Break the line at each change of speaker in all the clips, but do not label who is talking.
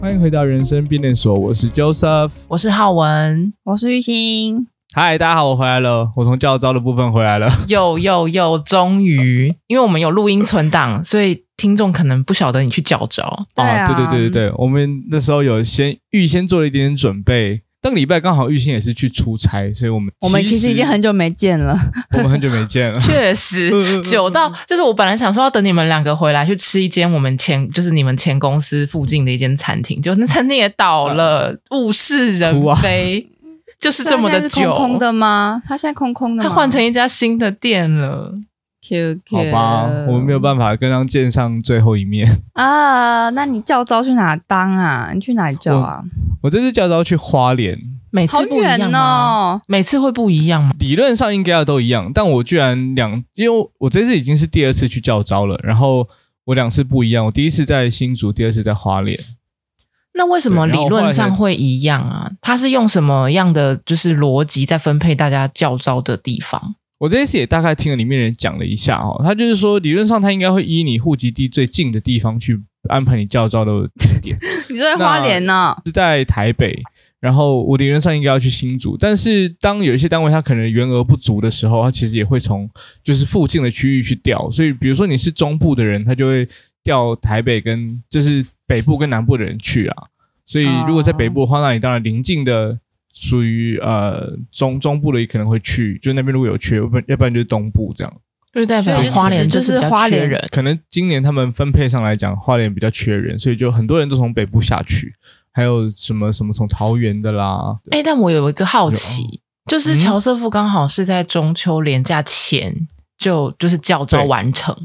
欢迎回到人生辩论所，我是 Joseph。
我是浩文，
我是玉兴，
嗨，大家好，我回来了，我从教招的部分回来了。
又又又，终于，因为我们有录音存 档，所以听众可能不晓得你去叫招。
对啊
对对对对对，我们那时候有先预先做了一点点准备。那个礼拜刚好玉兴也是去出差，所以我们
我们其实已经很久没见了，
我们很久没 见了。
确实，久到就是我本来想说要等你们两个回来去吃一间我们前就是你们前公司附近的一间餐厅，结果那餐厅也倒 了，物是人非，就是这么
所以它现在是
久。
空空的吗？他现在空空的
它
吗？
换成一家新的店了，
QQ，
好吧，我们没有办法跟他见上最后一面。
啊。那你教招去哪当啊？你去哪里教啊？
我这次教招去花莲，
每
好
次不一
远
样吗？
哦，
每次会不一样吗？
理论上应该要都一样，但我居然两，因为我这次已经是第二次去教招了，然后我两次不一样，我第一次在新竹，第二次在花莲。
那为什么
对然后
理论上会一样啊？它是用什么样的就是逻辑在分配大家较招的地方？
我这次也大概听了里面人讲了一下哦，他就是说理论上他应该会依你户籍地最近的地方去安排你教招的地点，
你在花莲哦呢？
是在台北。然后我理论上应该要去新竹，但是当有一些单位它可能员额不足的时候，它其实也会从就是附近的区域去调。所以比如说你是中部的人，他就会调台北跟就是北部跟南部的人去啊。所以如果在北部的话，那你当然临近的属于呃中中部的也可能会去，就那边如果有缺，要不然要不然就是东部这样。
就是代表
所以就是
花莲
就是是
比较
花
缺
莲
人，
可能今年他们分配上来讲，花莲比较缺人，所以就很多人都从北部下去，还有什么什么从桃园的啦，
哎、但我有一个好奇，就是
嗯
乔瑟夫刚好是在中秋连假前就就是教招
对
完成，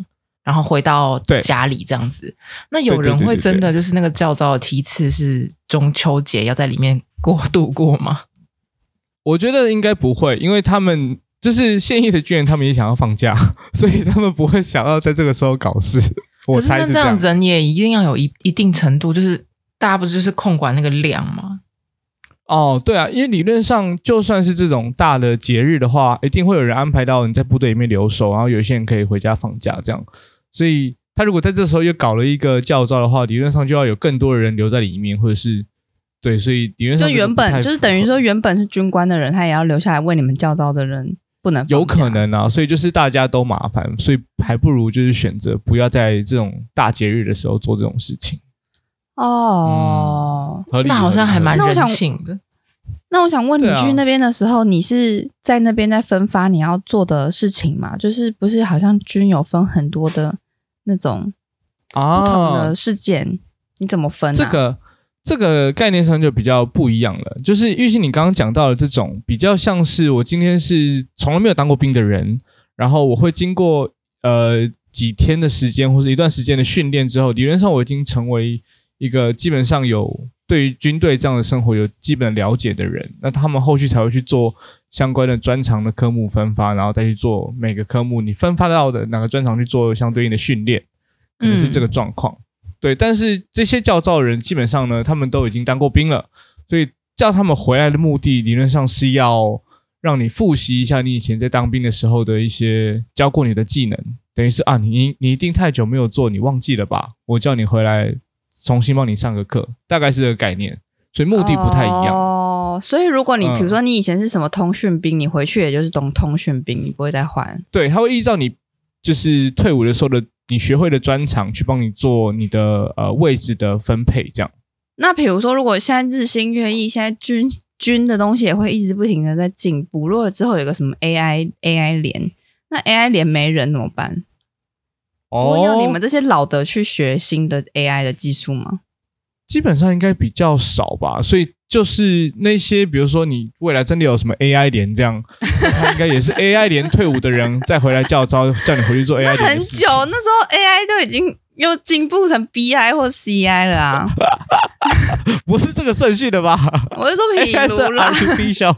然后回到
对
家里这样子。那有
对对
人
对
会
对
真的就是那个教招的梯次是中秋节要在里面过度过吗？
我觉得应该不会，因为他们就是现役的军人，他们也想要放假， 所以他们不会想要在这个时候搞事。我
可是
猜
那
这样
样，人也一定要有一一定程度，就是大家不是就是控管那个量吗？
哦，对啊，因为理论上就算是这种大的节日的话，一定会有人安排到你在部队里面留守，然后有一些人可以回家放假这样。所以他如果在这时候又搞了一个教招的话，理论上就要有更多的人留在里面，或者是对，所以理论上
就原
这个不太
本就是等于
符合
说原本是军官的人，他也要留下来为你们教招的人不能放假
有可能啊，所以就是大家都麻烦，所以还不如就是选择不要在这种大节日的时候做这种事情，
哦。
合理。
那好像还蛮
合理
那我
人
想
性的。
那我想问你
对啊
去那边的时候，你是在那边在分发你要做的事情吗？就是不是好像军有分很多的那种不同
啊
的，事件，你怎么分、啊？
这个这个概念上就比较不一样了。就是玉鑫，你刚刚讲到的这种比较像是我今天是从来没有当过兵的人，然后我会经过呃几天的时间或者一段时间的训练之后，理论上我已经成为一个基本上有对于军队这样的生活有基本了解的人，那他们后续才会去做相关的专长的科目分发，然后再去做每个科目你分发到的哪个专长去做相对应的训练，可能是这个状况。对，但是这些教造人基本上呢，他们都已经当过兵了，所以叫他们回来的目的理论上是要让你复习一下你以前在当兵的时候的一些教过你的技能，等于是啊，你你一定太久没有做，你忘记了吧？我叫你回来重新帮你上个课，大概是这个概念，所以目的不太一样。
哦，所以如果你
嗯
比如说你以前是什么通讯兵，你回去也就是懂通讯兵，你不会再换。
对，他会依照你就是退伍的时候的你学会的专长去帮你做你的呃位置的分配，这样。
那比如说，如果现在日新月异，现在军军的东西也会一直不停的在进步。如果之后有个什么 AI AI 连，那 AI 连没人怎么办？
哦
不会要你们这些老的去学新的 AI 的技术吗？
基本上应该比较少吧，所以就是那些，比如说你未来真的有什么 AI 连这 样，那他应该也是 AI 连退伍的人再回来叫招，叫你回去做 AI
那
连
很
的事情
久，那时候 AI 都已经又进步成 BI 或 CI 了啊！
不是这个顺序的吧
我是说，比
？AI 哎是
如 啦，
artificial，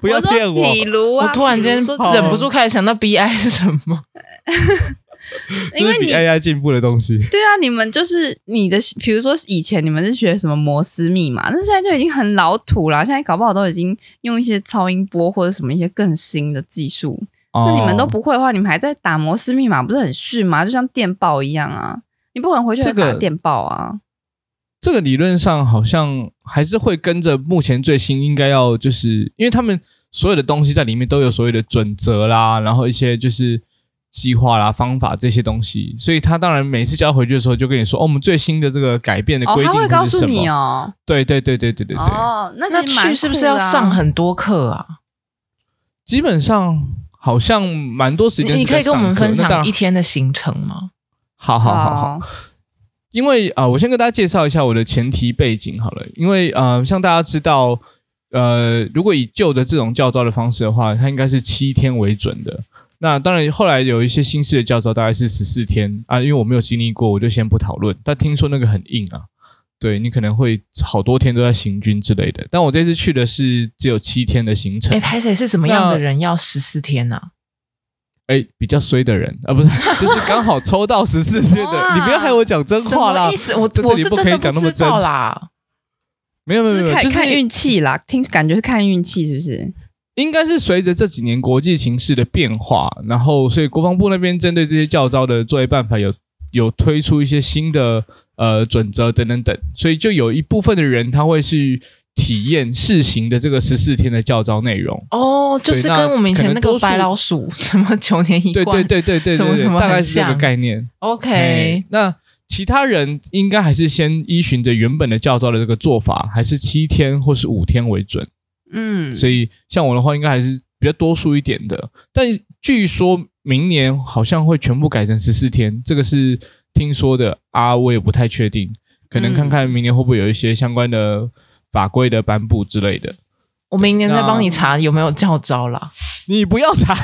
不要
我
骗
说
我。
比如
我
啊，
突然间哦
比如说
忍不住开始想到 BI 是什么，
这
因为
是比
你
AI 进步的东西，
对啊，你们就是你的，比如说以前你们是学什么摩斯密码，那现在就已经很老土了。现在搞不好都已经用一些超音波或者什么一些更新的技术。
哦
那你们都不会的话，你们还在打摩斯密码，不是很逊吗？就像电报一样啊，你不可能回去还
这个
打电报啊。
这个理论上好像还是会跟着目前最新，应该要就是因为他们所有的东西在里面都有所谓的准则啦，然后一些就是计划啦、方法这些东西，所以他当然每次交回去的时候就跟你说，哦，我们最新的这个改变的
哦
规，定
他会告
是
诉
什么？
你哦，
对对对对对对对，
哦，那
那
其实蛮
去是不是要
酷的啊
上很多课啊？
基本上好像蛮多时
你
间
你
是
可
在
以跟我们
上课
分
那当
享
然
一天的行程吗？
好好好好。
哦
因为啊、呃我先跟大家介绍一下我的前提背景好了。因为呃，像大家知道，呃，如果以旧的这种教招的方式的话，它应该是七天为准的。那当然，后来有一些新式的教招大概是十四天啊，因为我没有经历过，我就先不讨论。但听说那个很硬啊，对你可能会好多天都在行军之类的。但我这次去的是只有七天的行程
哎，，拍谁是什么样
那
的人要十四天呢？
哎，比较衰的人啊，不是， 就是刚好抽到十四天的。
哇
你不要害我讲真
什
话啦
么意，思？我
在这里
我是
不
真
可以
的
讲那
不
么
知
真
道啦。
没有没有
就
没
是
有，
看
就是
看运气啦，听感觉是看运气，是不是？
应该是随着这几年国际形势的变化，然后所以国防部那边针对这些教招的作业办法有有推出一些新的呃准则等等等，所以就有一部分的人他会去体验试行的这个十四天的教招内容。
哦，就是
对那
跟我们以前那
可能
个
多数
白老鼠 什么九年一
对
贯，
对对对对
什么
对对，
什么
大概
很
是这个
像
概念。哎
OK，
那其他人应该还是先依循着原本的教招的这个做法，还是七天或是五天为准。
嗯，
所以像我的话，应该还是比较多数一点的。但据说明年好像会全部改成十四天，这个是听说的啊，我也不太确定，可能看看明年会不会有一些相关的法规的颁布之类的。
我明年再
那
帮你查有没有教招啦。
你不要 查，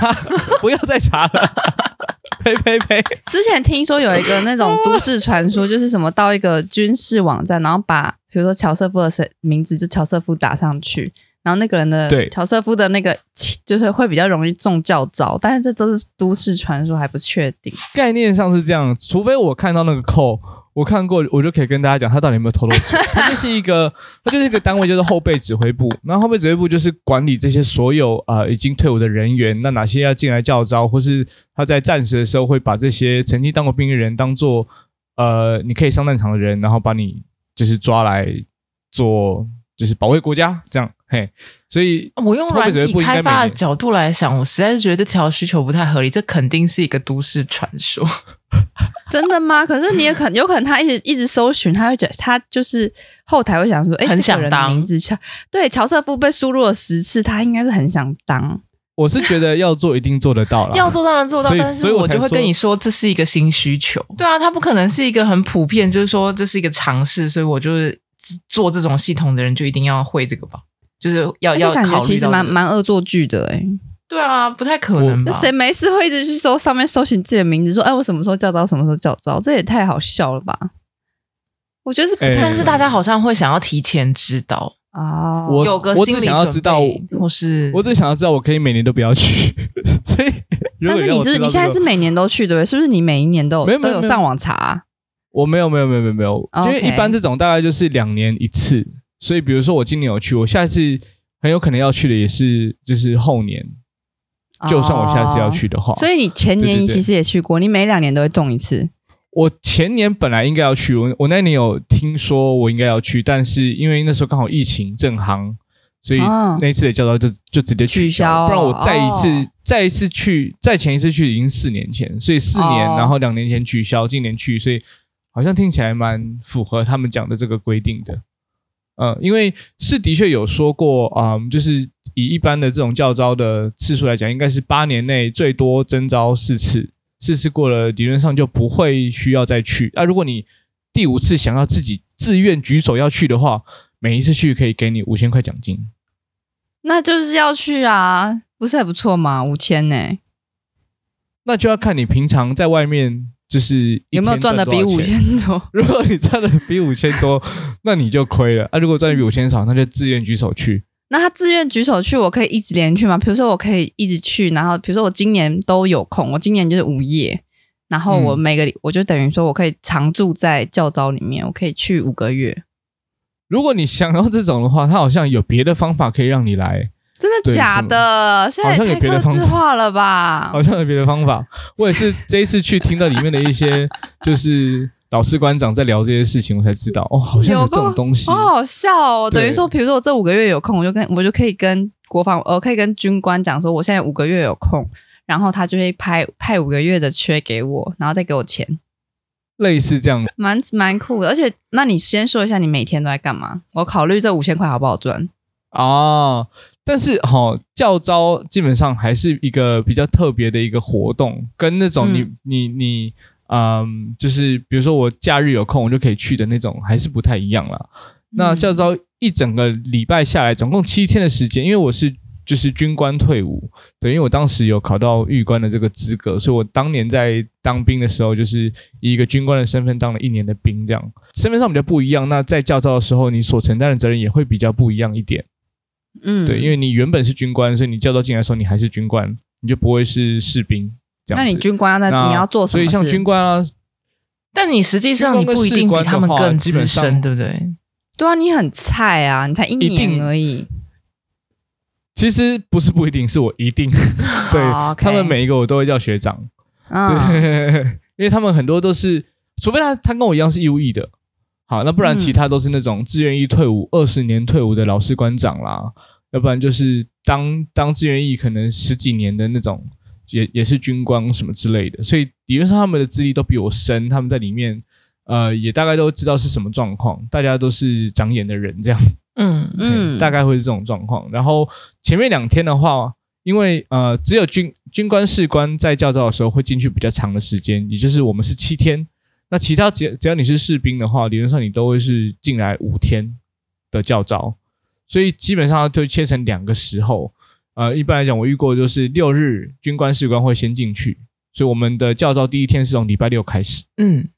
不要再查了， 呸呸呸！
之前听说有一个那种都市传说，就是什么到一个军事网站，然后把比如说乔瑟夫的谁名字就乔瑟夫打上去，然后那个人的
对
乔瑟夫的那个就是会比较容易中教招，但是这都是都市传说，还不确定。
概念上是这样，除非我看到那个扣，我看过，我就可以跟大家讲他到底有没有偷偷 做。他就是一个，他就是一个单位，就是后备指挥部。然后后备指挥部就是管理这些所有呃已经退伍的人员，那哪些要进来教招，或是他在战时的时候会把这些曾经当过兵的人当做呃你可以上战场的人，然后把你就是抓来做就是保卫国家这样。嘿，所以
啊我用
后备
软
指挥
体
部应该
开
每
发的
年
角度来想，我实在是觉得这条需求不太合理，这肯定是一个都市传说。
真的吗？可是你也可能有可能他一直一直搜寻，他会觉得他就是后台会想说，哎、
很
这
想
个人
当
名字乔对乔瑟夫被输入了十次，他应该是很想当。
我是觉得要做一定做得到 了，
要做当然做到，
所以
但
所
是
以我
我
才
就会
说嗯
跟你说这是一个新需求。对啊，它不可能是一个很普遍，就是说这是一个尝试，所以我就是做这种系统的人就一定要会这个吧，就是要
而
要
且感
考虑
觉其实
到
蛮
这个
蛮恶作剧的哎、
嗯
对啊，不太可能
那
吧？
谁没事会一直去搜上面搜寻自己的名字，说哎，我什么时候叫到，什么时候叫到，这也太好笑了吧？我觉得是不太
哎
但是大家好像会想要提前知道，
啊，
我
有个
我只
心理
想要
准
知道
备或
嗯
是
我只想要知道，我可以每年都不要去。 所以， 如
但
果
是
让
你
我
是不
知
是
道
你现在
这
是
个
每年都去对不对？是不是你每一年都
没有
有都
没有
有
没有
上网查啊、
我没有没有没有没有没有，
哦
因为一
OK
般这种大概就是两年一次，所以比如说我今年有去，我下一次很有可能要去的也是就是后年，就算我下次要去的话，
哦所以你前
对对
年
对
其实也去过，你每两年都会中一次。
我前年本来应该要去，我我那年有听说我应该要去，但是因为那时候刚好疫情正行，所以
哦
那一次的教招就就直接取
取消
了
哦
不然我再一次、
哦
再一次去，再前一次去已经四年前，所以四年，
哦
然后两年前取消，今年去，所以好像听起来蛮符合他们讲的这个规定的。嗯，因为是的确有说过啊、嗯就是以一般的这种教招的次数来讲，应该是八年内最多征招四次，四次过了，理论上就不会需要再去。那、如果你第五次想要自己自愿举手要去的话，每一次去可以给你五千块奖金。
那就是要去啊，不是还不错吗？五千呢、
那就要看你平常在外面就是一
有没有
天
赚的
多少
比五
钱。
千多？
如果你赚的比五千多，那你就亏了；啊， 如果赚的比五千少，那就自愿举手去。
那他自愿举手去，我可以一直连去吗？比如说我可以一直去，然后比如说我今年都有空，我今年就是午夜，然后我
嗯
每个礼、我就等于说我可以常住在教招里面，我可以去五个月，
如果你想要这种的话，它好像有别的方法可以让你来，
真的
对
假的？现在
好像有
也
别的
太
方
克
法
制化 了吧？
好像有别的方法。我也是这一次去听到里面的一些，就是老士官长在聊这些事情，我才知道哦，好像有这种东西。
好好笑哦！
对
等于说，比如说我这五个月有空，我就跟我就可以跟国防，呃，可以跟军官讲说，我现在五个月有空，然后他就会拍派五个月的缺给我，然后再给我钱，
类似这样，
蛮蛮酷的。而且，那你先说一下你每天都在干嘛？我考虑这五千块好不好赚？
哦，但是哦，教招基本上还是一个比较特别的一个活动，跟那种你、你你嗯，就是比如说我假日有空我就可以去的那种，还是不太一样啦。那教招一整个礼拜下来，总共七天的时间，因为我是就是军官退伍，对，因为我当时有考到狱官的这个资格，所以我当年在当兵的时候，就是以一个军官的身份当了一年的兵，这样身份上比较不一样。那在教招的时候，你所承担的责任也会比较不一样一点。
嗯，
对，因为你原本是军官，所以你叫到进来的时候，你还是军官，你就不会是士兵这样
那
子。
你军官要在
那
你要做什么
所以
事？
像军官啊，
但你实际上你不一定比他们更资深，对不对？
对啊，你很菜啊，你才一
一定
年而已。
其实不是不一定，是我一定对、
好，OK 哦
他们每一个我都会叫学长，
嗯，
对， 因为他们很多都是，除非他他跟我一样是义务役的，好，那不然
嗯
其他都是那种志愿役退伍二十年退伍的老士官长啦，要不然就是当当志愿役可能十几年的那种，也也是军官什么之类的，所以理论上他们的资历都比我深，他们在里面呃也大概都知道是什么状况，大家都是长眼的人这样。
嗯
嗯，
大概会是这种状况。然后前面两天的话，因为呃，只有军军官、士官在教招的时候会进去比较长的时间，也就是我们是七天。那其他只只要你是士兵的话，理论上你都会是进来五天的教招，所以基本上就切成两个时候。呃，一般来讲，我遇过就是六日军官、士官会先进去，所以我们的教招第一天是从礼拜六开始，
嗯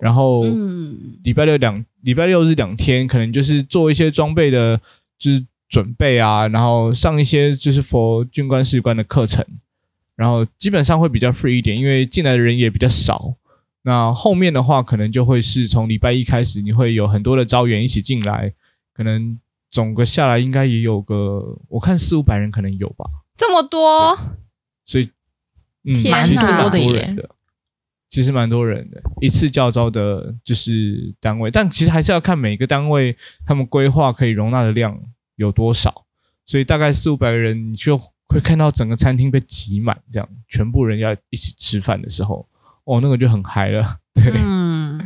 然后
嗯，
礼拜六两礼拜六日两天，可能就是做一些装备的，就是准备啊，然后上一些就是佛军官士官的课程，然后基本上会比较 free 一点，因为进来的人也比较少。那后面的话，可能就会是从礼拜一开始，你会有很多的招员一起进来，可能总个下来应该也有个，我看四五百人可能有吧，
这么多，
所以嗯，
天
其实蛮
哪
多人的，其实蛮多人的，一次教招的就是单位，但其实还是要看每个单位他们规划可以容纳的量有多少，所以大概四五百个人，你就会看到整个餐厅被挤满，这样全部人要一起吃饭的时候，哦，那个就很嗨了， 对，
嗯，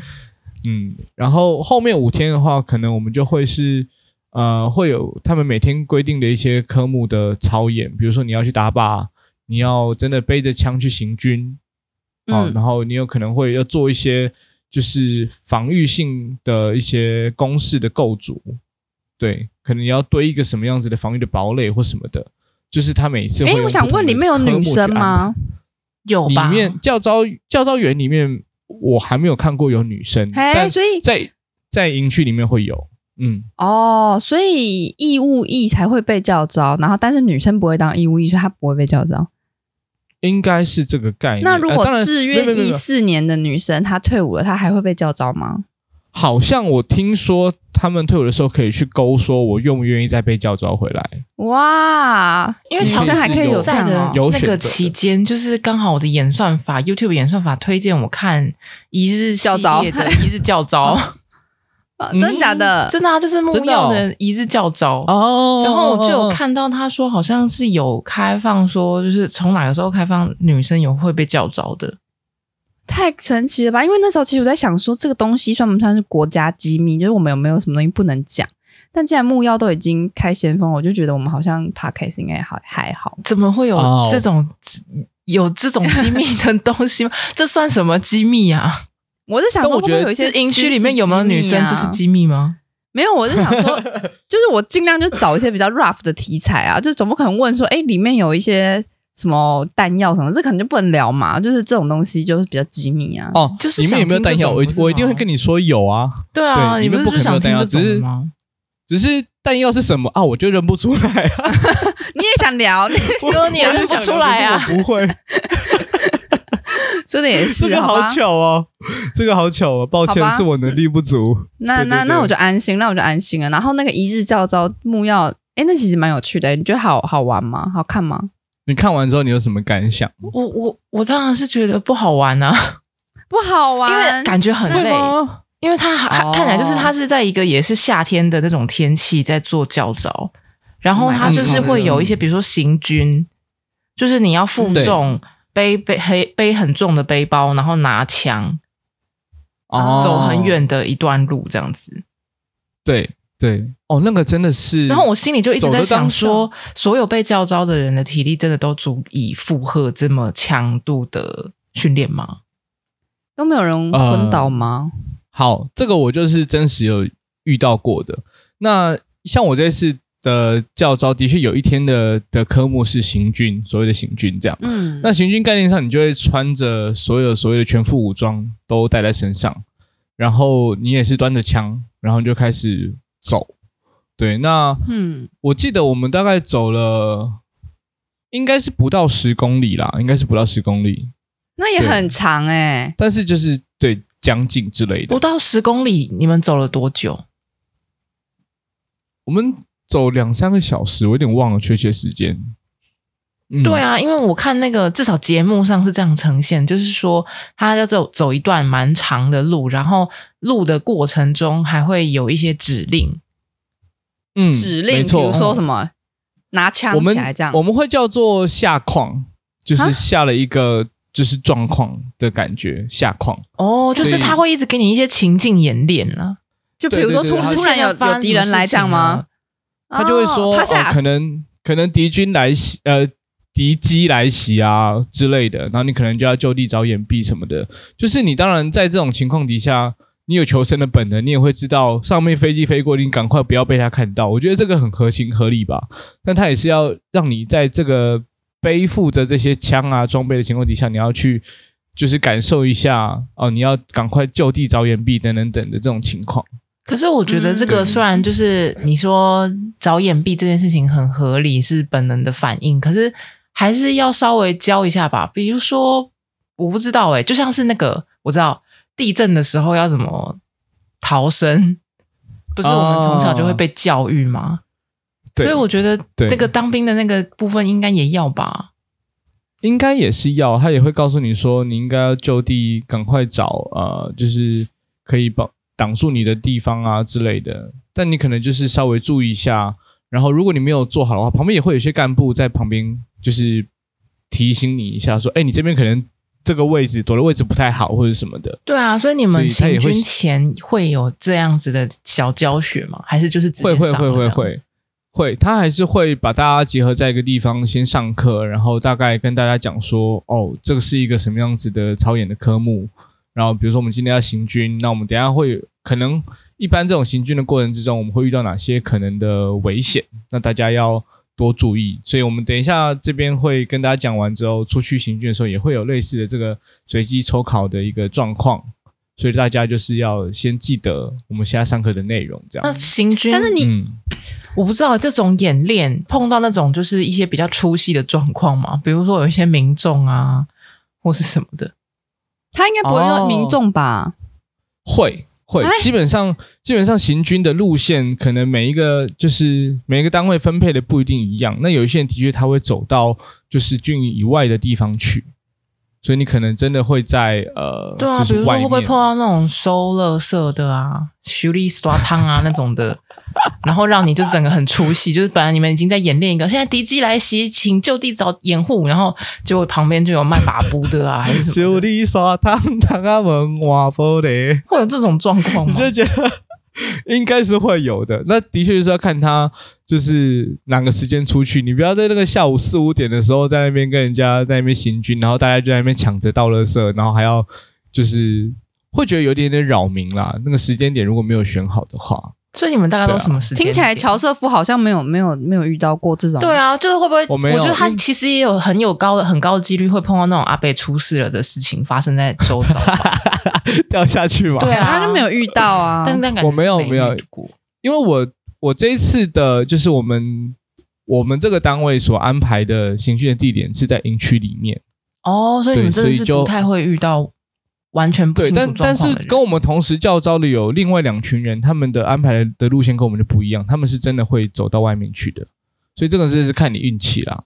嗯，然后后面五天的话，可能我们就会是呃，会有他们每天规定的一些科目的操演，比如说你要去打靶，你要真的背着枪去行军，啊，
嗯
然后你有可能会要做一些就是防御性的一些攻势的构筑，对，可能你要堆一个什么样子的防御的堡垒或什么的，就是他每次会
哎，
用
我想
不同
问
的
里面有
科
女
目去
生
安排
吗？？
有
里
吧？
面教招教招员里面，我还没有看过有女生，
哎，
嗯但
所以
在在营区里面会有，嗯，
哦，所以义务役才会被叫招，然后但是女生不会当义务役，所以她不会被叫招。
应该是这个概念。
那如
呃当
果
然
志
没有
愿
没有没
役
有
四年的女生她退伍了，她还会被叫招吗？
好像我听说他们退伍的时候可以去勾，说我愿不愿意再被叫招回来？
哇，
因为
女
乔
生
治
还可以有
在
这样
的
哦
有
那
选择
个
的
期间，就是刚好我的演算法 YouTube 演算法推荐我看一日系
教招
列的一日 教
哦
招，
啊真的假的？
真的啊，就是木
真的
曜
哦
的一日教招。
哦
然后我就有，看到他说，好像是有开放说，就是从哪个时候开放女生有会被叫招的，
太神奇了吧！因为那时候其实我在想说，这个东西算不算是国家机密？就是我们有没有什么东西不能讲？但既然木曜都已经开先锋了，我就觉得我们好像 podcast 应该还还好。
怎么会有
哦
这种、有这种机密 的东西吗？这算什么机密啊？
我是想说，
但我觉得
有一些
这营
知
区
识
里面有没有
机密
女生？
啊
这是机密吗？
没有，我是想说，就是我尽量就找一些比较 rough 的题材啊，就总不可能问说，哎，里面有一些什么弹药什么，这可能就不能聊嘛，就是这种东西就是比较机密啊。
哦，
就是
里面有没有
想听
弹
这
药？
种
我
不是
我一
吗
定会跟你说有啊，
对啊，
对
你不
你们
是
不可
就
能
想听
有弹
这
药
种
只
的
是
吗？
只是弹药是什么啊？我就认不出来啊，
你也想聊，你
说你也认不出来 啊
我就想我不会，
说的也
这
是，
个
好吧
好巧哦，这个好巧哦，抱
好
歉，
吧
是我能力不足。
那
对对
那
对
那我就安心，那我就安心了。然后那个一日教招木曜，哎，那其实蛮有趣的，你觉得好好玩吗？好看吗？
你看完之后，你有什么感想？
我我我当然是觉得不好玩啊，
不好玩，
因为感觉很
会
累，
吗？
因为它它
哦
看起来就是它是在一个也是夏天的那种天气在做教招，然后它就是会有一些比如说行军，就是你要负重
嗯
背背黑背很重的背包，然后拿枪
哦，
啊走很，远的一段路这样子。
对对，哦，那个真的是，
然后我心里就一直在
走
想说，所有被教招的人的体力真的都足以负荷这么强度的训练吗？
都没有人昏
啊
倒吗？
好，这个我就是真实有遇到过的。那像我这次的教招，的确有一天的的科目是行军，所谓的行军这样。
嗯，
那行军概念上，你就会穿着所有所谓的全副武装都带在身上，然后你也是端着枪，然后你就开始走。对，那
嗯，
我记得我们大概走了，应该是不到十公里啦，应该是不到十公里，
那也很长哎、
但是就是对将近之类的
不。到十公里，你们走了多久？
我们走两三个小时，我有点忘了确切时间。嗯
对，啊，因为我看那个至少节目上是这样呈现，就是说他要走走一段蛮长的路，然后路的过程中还会有一些指令，
嗯
指令，
没
比
错，
如说什么、拿枪
我
起
们
来这样，
我们会叫做下矿，就
啊
是下了一个就是状况的感觉，下矿。
哦，
所
就
以
是他会一直给你一些情境演练啊了、
就比如说
对
突
对对
啊，
对
突然
就
有
是现在发
有
生
敌人来这样吗？哦
他就会说，
趴
哦、
下，
可能可能敌军来袭，呃，敌机来袭啊之类的，然后你可能就要就地找掩蔽什么的。就是你当然在这种情况底下，你有求生的本能，你也会知道上面飞机飞过，你赶快不要被他看到。我觉得这个很合情合理吧。但他也是要让你在这个背负着这些枪啊装备的情况底下，你要去。就是感受一下哦，你要赶快就地找掩蔽等等等的这种情况。
可是我觉得这个
嗯
虽然就是你说找掩蔽这件事情很合理，是本能的反应，可是还哎是要稍微教一下吧。比如说，我不知道哎、就像是那个我知道地震的时候要怎么逃生，不是我们从小就会被教育吗？
对
所以我觉得
对
那个当兵的那个部分应该也要吧。
应该也是要，他也会告诉你说，你应该要就地赶快找呃，就是可以保挡住你的地方啊之类的。但你可能就是稍微注意一下，然后如果你没有做好的话，旁边也会有一些干部在旁边就是提醒你一下，说，哎，你这边可能这个位置躲的位置不太好，或者什么的。
对啊，所以你们
所以他也
行
会
军前会有这样子的小教学吗？还是就是直接
会会
上
会
了这
会
样
会会，他还是会把大家集合在一个地方先上课，然后大概跟大家讲说，哦，这个是一个什么样子的操演的科目。然后比如说我们今天要行军，那我们等一下会可能一般这种行军的过程之中，我们会遇到哪些可能的危险？那大家要多注意。所以我们等一下这边会跟大家讲完之后，出去行军的时候也会有类似的这个随机抽考的一个状况。所以大家就是要先记得我们现在上课的内容，这样
那。行军，
但是你、
嗯，
我不知道这种演练碰到那种就是一些比较出戏的状况嘛，比如说有一些民众啊，或是什么的。
他应该不会
哦
说民众吧？
会会
哎，
基本上基本上行军的路线，可能每一个就是每一个单位分配的不一定一样。那有一些人的确他会走到就是军营以外的地方去，所以你可能真的会在呃，
对啊，
就
比
是
如说
外
会
面
不会碰到那种收垃圾的啊、修理刷汤啊那种的， 然后让你就整个很出戏，就是本来你们已经在演练一个，现在敌机来袭，请就地找掩护，然后结果旁边就有卖把布的啊，还是什么
修
的，
理刷汤汤啊门瓦玻璃。
会有这种状况
你
吗？
就觉得 应该是会有的。那的确就是要看他就是哪个时间出去，你不要在那个下午四五点的时候在那边跟人家在那边行军，然后大家就在那边抢着倒垃圾，然后还要就是会觉得有点点扰民啦。那个时间点如果没有选好的话，
所以你们大概都
对啊
什么时间点？
听起来乔瑟夫好像没有没有没有遇到过这种，
对，啊，就是会不会？
我没有
觉得他
因为
其实也有很有高的很高的几率会碰到那种阿贝出事了的事情发生在周遭。
掉下去嘛。
对啊
他就没有遇到啊。
但但感觉
我没有
是
没有
遇过
因为我我这一次的就是我们我们这个单位所安排的行军的地点是在营区里面。
哦，所以你
对
们真的是
所以就
不太会遇到完全不
对，
清楚
但
状
但
况
是
的人。
跟我们同时教招的有另外两群人，他们的安排的路线跟我们就不一样，他们是真的会走到外面去的，所以这个真的是看你运气啦。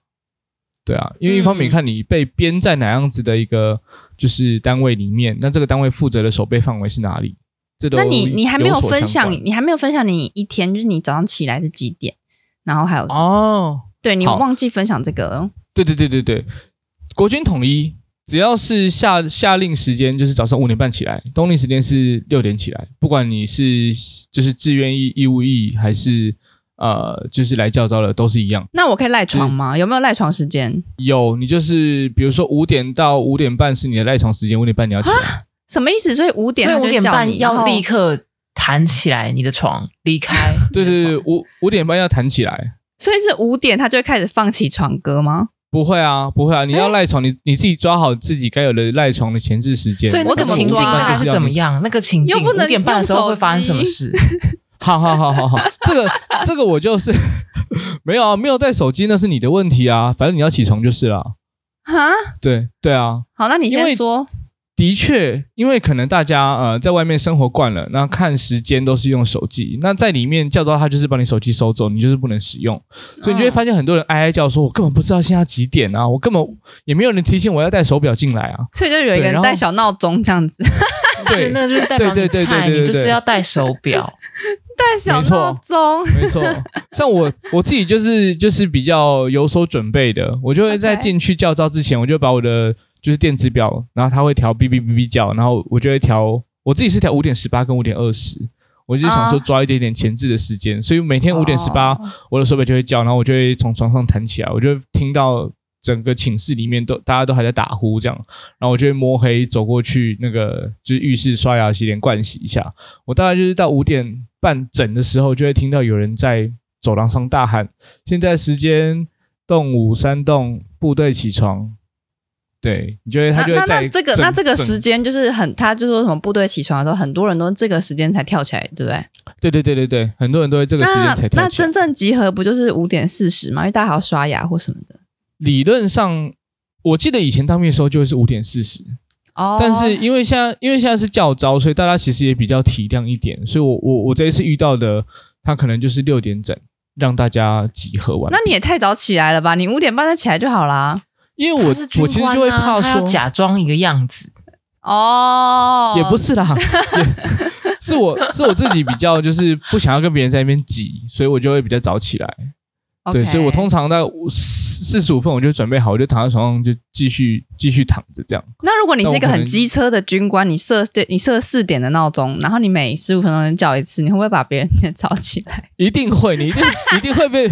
对啊，因为一方面
嗯
看你被编在哪样子的一个就是单位里面，那这个单位负责的守备范围是哪里？这都
那你你还没有
所
分
相
享，
关
你还没有分享你一天，就是你早上起来是几点，然后还有什么、
哦？
对你
好
忘记分享这个了。
对对对对对，国军统一，只要是下下令时间，就是早上五点半起来，冬令时间是六点起来。不管你是就是志愿役、义务役，还是呃就是来教招的，都是一样。
那我可以赖床吗？有没有赖床时间？
有你就是比如说五点到五点半是你的赖床时间，五点半你要起来。
什么意思？所以五点
所以
他
五
就会
点
叫
半
你
要立。
然后
刻弹起来你的床，离开你的 床。
对对对，五五点半要弹起来。
所以是五点他就会开始放起床歌吗？
不会啊，不会啊！你
哎
要赖床，你你自己抓好自己该有的赖床的前置时间。
所以那
我
个
怎么
情境
抓啊
大概
就是要
怎么
你
样？那个情境
又不能
五点半的时候会发生什么 事？
好好好好好， 这个这个我就是没有啊，没有带手机那是你的问题啊，反正你要起床就是啦。
哈，
对对啊，
好，那你
因
先
为
说。
的确，因为可能大家呃在外面生活惯了，那看时间都是用手机，那在里面叫到他就是把你手机收走，你就是不能使用，所以你就会发现很多人哀哀叫说，我根本不知道现在几点啊，我根本也没有人提醒我要带手表进来啊。
所以就有一
对
个
然
人
后
带小闹钟这样子，
对，
那个就是代表
对
你
对对
菜，
对对
你就是
对
要戴手表。
带
小闹
钟。
没错，像我我自己就是就是比较有所准备的，我就会在
OK
进去教招之前，我就把我的就是电子表，然后它会调哔哔哔哔叫，然后我就会调，我自己是调五点十八跟五点二十，我就想说
哦
抓一点点前置的时间，所以每天五点十八，
哦
我的手表就会叫，然后我就会从床上弹起来，我就会听到整个寝室里面都大家都还在打呼这样，然后我就会摸黑走过去那个就是浴室刷牙、洗脸、盥洗一下。我大概就是到五点半整的时候，就会听到有人在走廊上大喊：“现在时间，动五三动部队起床。”对，你就 会他
那
就会
那
在
那这个
整
那这个时
整
间就是很，他就说什么部队起床的时候，很多人都这个时间才跳起来，对不对？
对对对对对，很多人都会这个时间才
那
跳
那
起来
真。正集合不就是五点四十吗？因为大家还要刷牙或什么的。
理论上，我记得以前当兵的时候就会是五点四十，
哦
但是因为现在因为现在是教招，所以大家其实也比较体谅一点，所以我我我这一次遇到的，他可能就是六点整让大家集合完。
哦那你也太早起来了吧？你五点半再起来就好啦。
因 为我、
他是军
我其实
官
就会
啊
怕
他要
说，
假装一个样子，
哦，
也不是 啦，也是我是我自己比较就是不想要跟别人在那边挤，所以我就会比较早起来。对，所以我通
常
常在四十五分我就准备好，我就躺在床上就继续继续躺着这样。
那如果你是一
那
个
我可能
很机车的军官，你设对你设四点的闹钟，然后你每十五分钟就叫一次，你会不会把别人也吵起来？
一定会，你一 定一定会被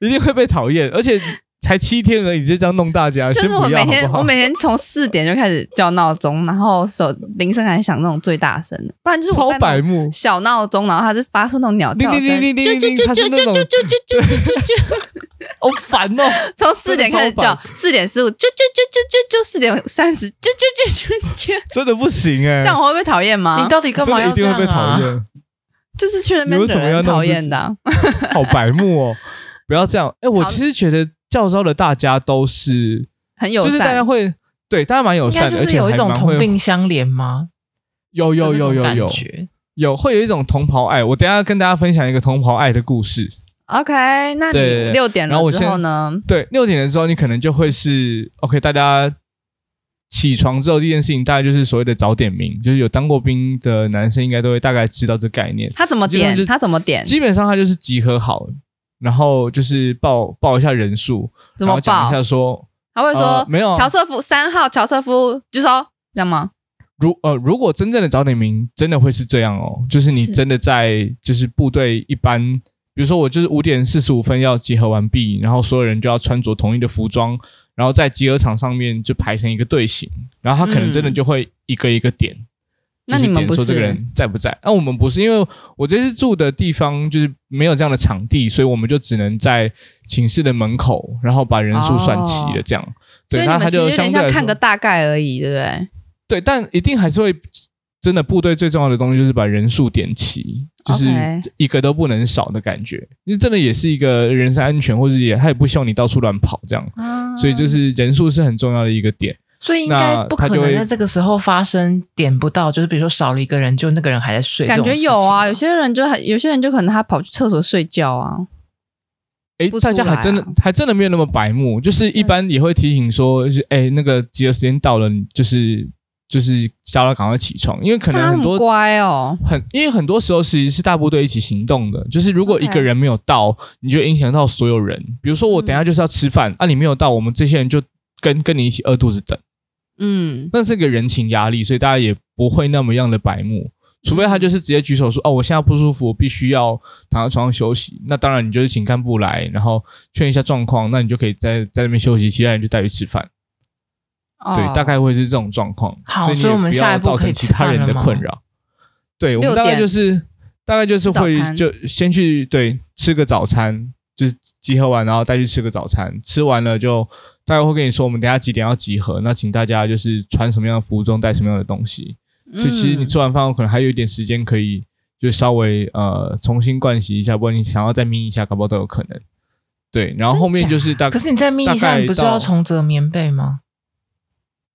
一定会被讨厌，而且才七天而已，就这样弄大家，
就是
先
我
不
每
要好
天
不好
我？每天从四点就开始叫闹钟，然后手铃声还响那种最大声的，不然就是
超
我在那
百
种
目，
小闹钟，然后它是发出那种鸟
叮
叫
叮
声，
叮叮叮
啾
叮
啾
叮，它
啾
是
啾
那
啾
种
啾啾啾啾啾啾。
好烦哦。
从四点开始叫，四点十五，啾啾啾啾啾啾，四点三十，啾啾啾啾啾，
真的不行哎、
这样我会被讨厌吗
你？到底干
真
嘛
的一
要这
定
样
会被讨
啊？
厌，
就是去那边惹人讨厌的啊，
好白目哦！不要这样，哎、我
好
其实觉得教招的大家都是，
很友
就是大家
善。
会对大家蛮友
应该
善的，
就
而
是
且
有一
还
种
蛮
同
会，
病相怜吗？
有有有有
的那种
有
感觉
有会有一种同袍爱。我等一下跟大家分享一个同袍爱的故事。
OK，
对
那
对
你
对
六点
然后
了
我
之后呢？
对，六点的时候你可能就会是 OK，大家起床之后第一件事情大概就是所谓的早点名，就是有当过兵的男生应该都会大概知道这概念。
他怎么
基本上就
点？他怎么点？
基本上他就是集合好，然后就是报报一下人数，
怎
然
么
后讲一
报
下？说，
他会
呃
说
没有
乔瑟夫三号，乔瑟夫举手，这样吗？
如呃，如果真正的早点名，真的会是这样哦，就是你
是
真的在就是部队一般，比如说我就是五点四十五分要集合完毕，然后所有人就要穿着同一的服装，然后在集合场上面就排成一个队形，然后他可能真的
嗯
就会一个一个点。
那你们
就是点
不
说这个
是
人在不在？那、我们不是，因为我这次住的地方就是没有这样的场地，所以我们就只能在寝室的门口，然后把人数算齐了这样。
所
对，
以
那他
你们其实
就
有
相
点
对
像
来
看
说
个大概而已，对不对？
对，但一定还是会真的部队最重要的东西就是把人数点齐，就是
OK
一个都不能少的感觉。因为真的也是一个人身安全，或者也他也不希望你到处乱跑这样，
啊
所以就是人数是很重要的一个点。
所以应该
那
不
他
可
就
能
会
在这个时候发生点不到，就是比如说少了一个人，就那个人还在睡。
感
这
觉
种事
有啊，
情
有些人就很，有些人就可能他跑去厕所睡觉啊。
哎，
不出
大家还真的
来啊
还真的没有那么白目，就是一般也会提醒说，就是哎，那个集合时间到了，你就是就是叫他赶快起床，因为可
大家
能很多
很乖哦，
很，因为很多时候其实是大部队一起行动的，就是如果
OK
一个人没有到，你就影响到所有人。比如说我等一下就是要吃饭，啊，你没有到，我们这些人就跟跟你一起饿肚子等，
嗯，
那是个人情压力，所以大家也不会那么样的白目。除非他就是直接举手说：“哦，我现在不舒服，我必须要躺在床上休息。”那当然，你就是请干部来，然后劝一下状况，那你就可以在在那边休息，其他人就带去吃饭。对，
哦
大概会是这种状况。
好
以你
所以
也
我们
不
下
要
一步
造
可以
成其
吃
他
饭
人
了
的
吗
困扰。对，我们
六
大概
点
就是大概就是
吃早
会
餐
就先去对吃个早餐，就是集合完，然后再去吃个早餐。吃完了就大概会跟你说我们等一下几点要集合，那请大家就是穿什么样的服装，带什么样的东西。
嗯
所
嗯
以其实你吃完饭后可能还有一点时间可以。就稍微呃重新盥洗一下，不然你想要再眯一下，搞不好都有可能。对，然后后面就是大概
可是你再眯一
大
下，
概
你不是
到
要重折棉被吗？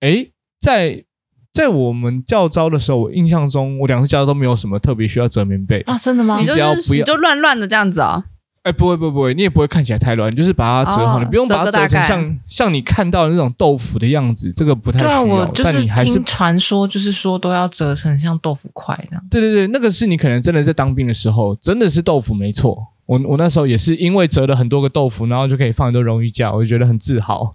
诶，在在我们教招的时候，我印象中我两次教招都没有什么特别需要折棉被。
啊，真的吗
你？就
只要
是
不要
你就乱乱的这样子哦，
哎、不会不会不会，你也不会看起来太乱，你就是把它折好，
哦
你不用把它
折个
折成
大概
像像你看到的那种豆腐的样子，这个不太需
对啊，
要。
我就
但你还是
听传说，就是说都要折成像豆腐块这 样。
对对对，那个是你可能真的在当兵的时候，真的是豆腐没错。我我那时候也是因为折了很多个豆腐，然后就可以放很多荣誉架，我就觉得很自豪。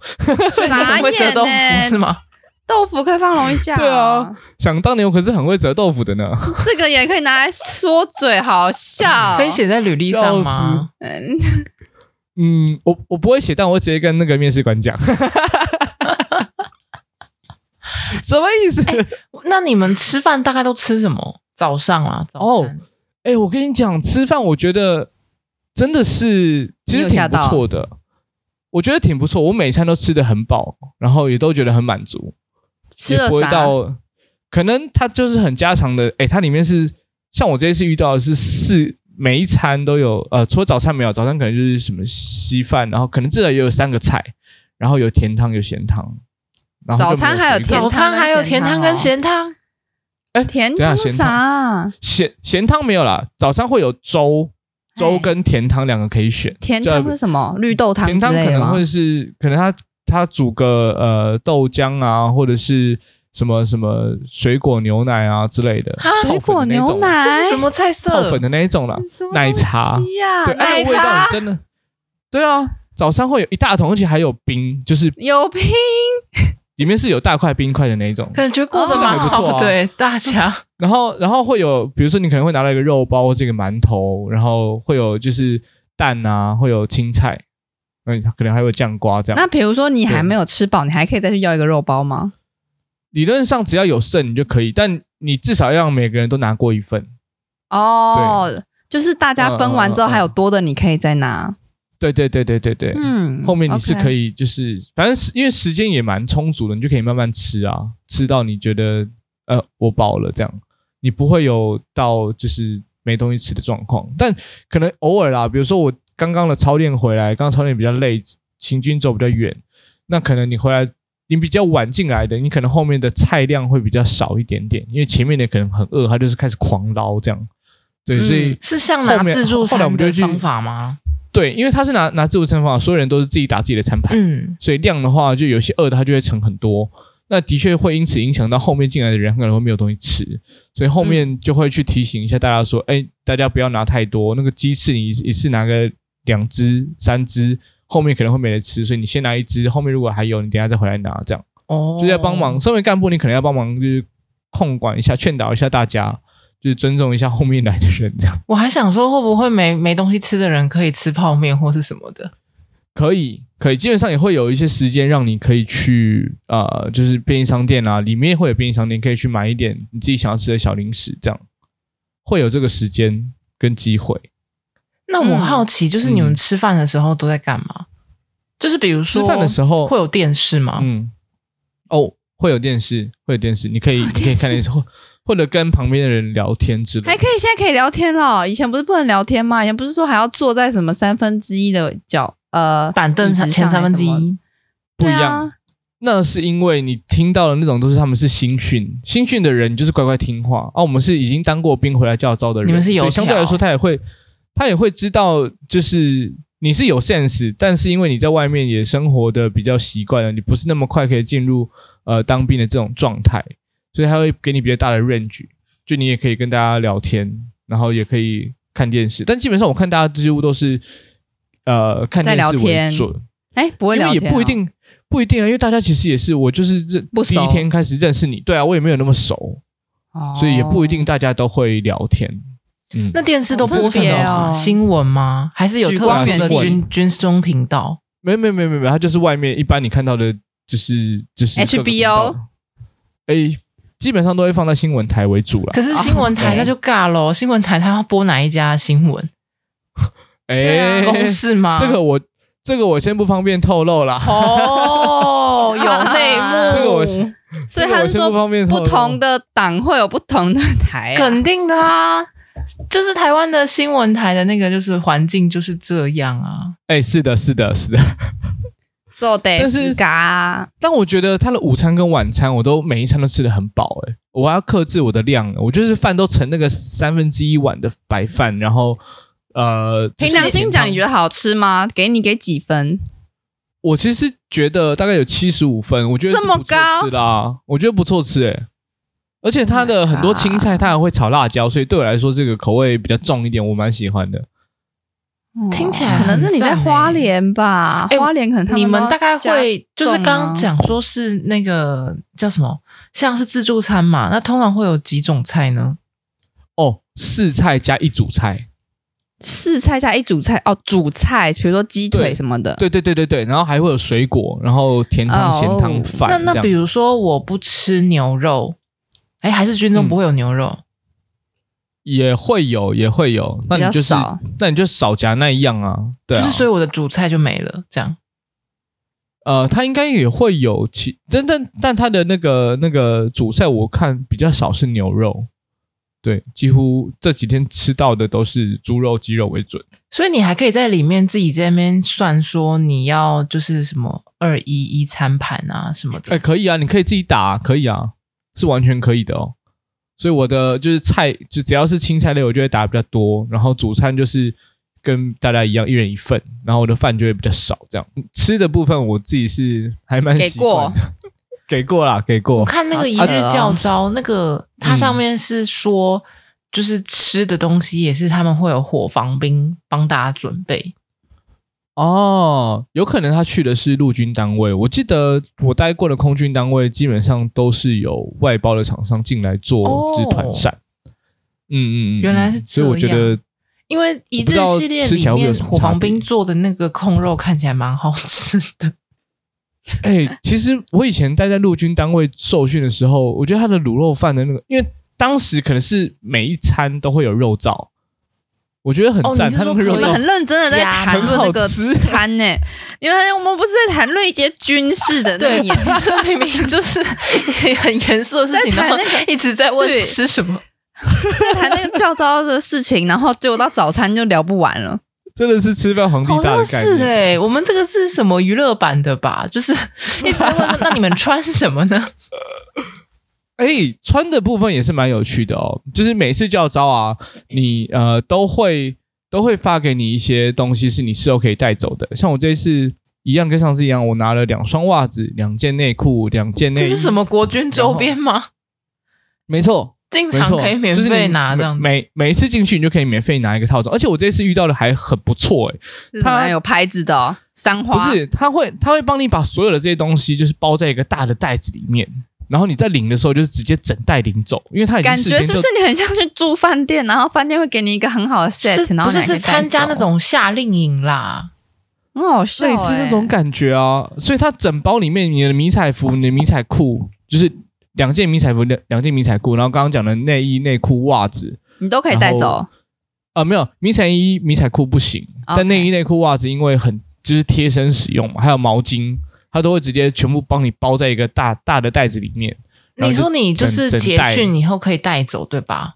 傻
会折
眼
豆腐
欸
是吗？
豆腐可以放容易酱，
对啊，想当年我可是很会折豆腐的呢。
哦这个也可以拿来说嘴，好笑，
可以写在履历上
笑
吗？
嗯，
嗯，我我不会写，但我会直接跟那个面试官 讲。什么意
哎
思？
那你们吃饭大概都吃什么？早上啊，早餐。
哎、我跟你讲，吃饭我觉得真的是其
你
实
有
挺
吓
不
到
错的，我觉得挺不错。我每餐都吃的很饱，然后也都觉得很满足，
吃了
也不会
啥？
到可能它就是很家常的。哎、它里面是像我这一次遇到的是四。每一餐都有，呃，除了早餐没有，早餐可能就是什么稀饭，然后可能至少也有三个菜，然后有甜汤，有咸汤，然后就
早餐
没有
还有
水果
早
甜
餐还有甜汤跟啊咸汤，
甜
等一
汤
下咸
啥？
咸咸汤没有啦，早餐会有粥，
哎
粥跟甜汤两个可以选。
甜汤
就是
什么？绿豆汤
甜
之
汤
类
可
的
能
吗？
会是，可能它它煮个呃豆浆啊，或者是什么什么水果牛奶啊之类的，
哈
泡粉
水哎
的
果
那种啊
牛奶，
这是什么菜
泡
色啊
粉？的那一种啦，
什么东
奶
西呀？
茶对，
奶
哎，那个味
茶
道你真的，对啊，早上会有一大桶，而且还有冰，就是
有病！
里面是有大块冰块的那一种。
感觉过得
哦
蛮
还不错啊
好的，对大家。
然后，然后会有，比如说你可能会拿到一个肉包或这个馒头，然后会有就是蛋啊，会有青菜，嗯，可能还有酱瓜这样。
那比如说你
对
还没有吃饱，你还可以再去要一个肉包吗？
理论上只要有剩你就可以，但你至少要让每个人都拿过一份。
哦，就是大家分完之后
嗯嗯嗯嗯
还有多的，你可以再拿。
对对对对对对，
嗯，
后面你是
OK
可以就是反正是因为时间也蛮充足的，你就可以慢慢吃啊，吃到你觉得呃我饱了这样，你不会有到就是没东西吃的状况。但可能偶尔啦，比如说我刚刚的操练回来，刚刚操练比较累，行军走比较远，那可能你回来。你比较晚进来的，你可能后面的菜量会比较少一点点，因为前面的可能很饿，他就是开始狂捞这样。对，所以
嗯
是像拿
后面
自助
后来我
餐
们就
的
去
方法吗？
对，因为他是拿拿自助餐方法，所有人都是自己打自己的餐盘，
嗯，
所以量的话，就有些饿的它就会盛很多。那的确会因此影响到后面进来的人，可能会没有东西吃，所以后面就会去提醒一下大家说：“哎、大家不要拿太多，那个鸡翅你一一次拿个两只、三只，后面可能会没得吃，所以你先拿一只，后面如果还有，你等一下再回来拿。”这样
哦，
就在帮忙。身为干部，你可能要帮忙就是控管一下、劝导一下大家，就是尊重一下后面来的人，这样
我还想说，会不会没没东西吃的人可以吃泡面或是什么的？
可以，可以，基本上也会有一些时间让你可以去呃，就是便利商店啊，里面会有便利商店，可以去买一点你自己想要吃的小零食，这样会有这个时间跟机会。
那我好奇，就是你们吃饭的时候都在干嘛？就是比如
嗯吃
说
饭的时
会
候，
有电视吗？
嗯，哦，会有电视，会有电视，你可以，你可以看电视，或或者跟旁边的人聊天之类的。
还可以，现在可以聊天了。以前不是不能聊天吗？以前不是说还要坐在什么三分之一的角呃
板凳
椅子
前
上
三分之
还是什么
一，
不一
对
样。
啊
那是因为你听到的那种都是他们是新训，新训的人就是乖乖听话啊。我们是已经当过兵回来教招的人，
你们是油条
所以相对来说他也会，他也会知道就是你是有 sense，但是因为你在外面也生活的比较习惯了，你不是那么快可以进入呃当兵的这种状态，所以他会给你比较大的 range，就你也可以跟大家聊天，然后也可以看电视。但基本上我看大家几乎都是呃看
在
电
聊
视为
天
准，
哎、不会
因
聊
为
天、
也不一。定不一定啊，因为大家其实也是我就是认
不
第
熟
一天开始认识你，对啊，我也没有那么熟，
哦
所以也不一定大家都会聊天。嗯，
那电视都播
好特
什
别
么
哦
新闻吗？还是有
举
特
光
殊的
远地
军军中频道？
没有没有没有没有，它就是外面一般你看到的，就是就是各个
HBO
频道，哎、基本上都会放在新闻台为主啦。
哦
可是新闻台
对
那就尬喽。新闻台它要播哪一家 新闻？
啊
哎、
公视吗？
这个我这个我先不方便透露 啦。
哦，有内 幕，
这个我
所
这
以
个
他
我
是
先哦不
说，
方便透
不
露
同的党会有不同的
哎
台、啊。
肯定的啊。就是台湾的新闻台的那个，就是环境就是这样啊。
哎、是的，是的，是的。
做得
但是
嘎，
但我觉得他的午餐跟晚餐，我都每一餐都吃的很饱、欸，我还要克制我的量，我就是饭都盛那个三分之一碗的白饭，然后呃，就是
凭良心讲，你
甜汤
觉得好吃吗？给你给几分？
我其实觉得大概有七十五分，我觉得是
这么
不错吃啦，我觉得不错吃、欸，而且它的
Oh my
很多青菜它还会炒辣椒，所以对我来说这个口味比较重一点，我蛮喜欢的。
哦
听起来
可能是你在
很赞欸
花莲吧？
哎
花莲可能他
你们
都
大概
加
会就是
重
刚刚
吗
讲说是那个叫什么，像是自助餐嘛，那通常会有几种菜呢？
哦，四菜加一主菜，
四菜加一主菜哦，主菜比如说鸡
对
腿什么的，
对对对对对，然后还会有水果，然后甜汤、
哦
咸汤、饭
那
这样。
那比如说我不吃牛肉，哎，还是军中
嗯
不会有牛肉，
也会有，也会有。那你
比较
就是
少，
那你就少夹那一样啊。对啊，
就是所以我的主菜就没了，这样
呃，它应该也会有其，但但但它的那个那个主菜，我看比较少是牛肉，对，几乎这几天吃到的都是猪肉、鸡肉为准。
所以你还可以在里面自己在那边算说你要就是什么二一一餐盘啊什么
哎，
的，
可以啊，你可以自己打，可以啊，是完全可以的哦。所以我的就是菜，就只要是青菜类，我就会打比较多，然后主餐就是跟大家一样，一人一份，然后我的饭就会比较少，这样吃的部分我自己是还蛮
给
习惯的，给过啦，给
我
过。
看那个一
好扯
日
哦
教招，那个它上
嗯
面是说，就是吃的东西也是他们会有伙房兵帮大家准备。
哦，有可能他去的是陆军单位。我记得我待过的空军单位，基本上都是有外包的厂商进来做
哦
就是团膳。嗯嗯嗯，
原来是
嗯所以我觉
这样
得
因为一
我不
日
知道
系列
吃起来
里
会不会有
面
什么
伙
差
房
别
兵做的那个控肉看起来蛮好吃 的，
哎、其实我以前待在陆军单位受训的时候，我觉得他的卤肉饭的那个，因为当时可能是每一餐都会有肉燥，我觉得很
哦
赞。
你是
他那个肉
说
我
可以
们
燥
很认真的在
加
谈论
很
那
好
个
吃
餐呢、因为我们不是在谈论一些军事 的那个演变，
这明明就是很严肃的事
在
情，然
谈
后
那个
一直在问
对
吃 什么。
在谈那个教招的事情，然后结果到早餐就聊不完了。
真的是吃饭皇帝
好
大
像
的概
是
念。
哎、我们这个是什么娱乐版的吧？就是一直在问说，那你们穿什么 呢？
哎、穿的部分也是蛮有趣的哦，就是每次教招啊，你呃都会都会发给你一些东西是你事后可以带走的。像我这一次一样跟上次一样，我拿了两双袜子、两件内裤、两件内衣。
这是什？么国军周边吗？
没错，
经
没
常
错，
可以免
就是你
费拿这样子。
每每每一次进去你就可以免费拿一个套装，而且我这次遇到的还很不错诶、
是什么有牌子的、哦、三花，
不是他会他会帮你把所有的这些东西就是包在一个大的袋子里面，然后你在领的时候就是直接整袋领走，因为他已经
感
事
觉
先
是
就
不是你很像去住饭店，然后饭店会给你一个很好的 set，
是
然
不
后
是
你可以
是参加
带
那
走
种夏令营啦？
很好笑、欸，
类似那种感觉啊。所以它整包里面，你的迷彩服、你的迷彩裤，就是两件迷彩服、两两件迷彩裤，然后刚刚讲的内衣、内裤、袜子，
你都可以带
然
走。
啊、没有迷彩衣、迷彩裤不行
哦
OK
但内衣、内裤、袜子因为很就是贴身使用嘛，还有毛巾，它都会直接全部帮你包在一个大大的袋子里面。然
你
后就
说你就是
整整
结
袋
训以后可以带走，对吧？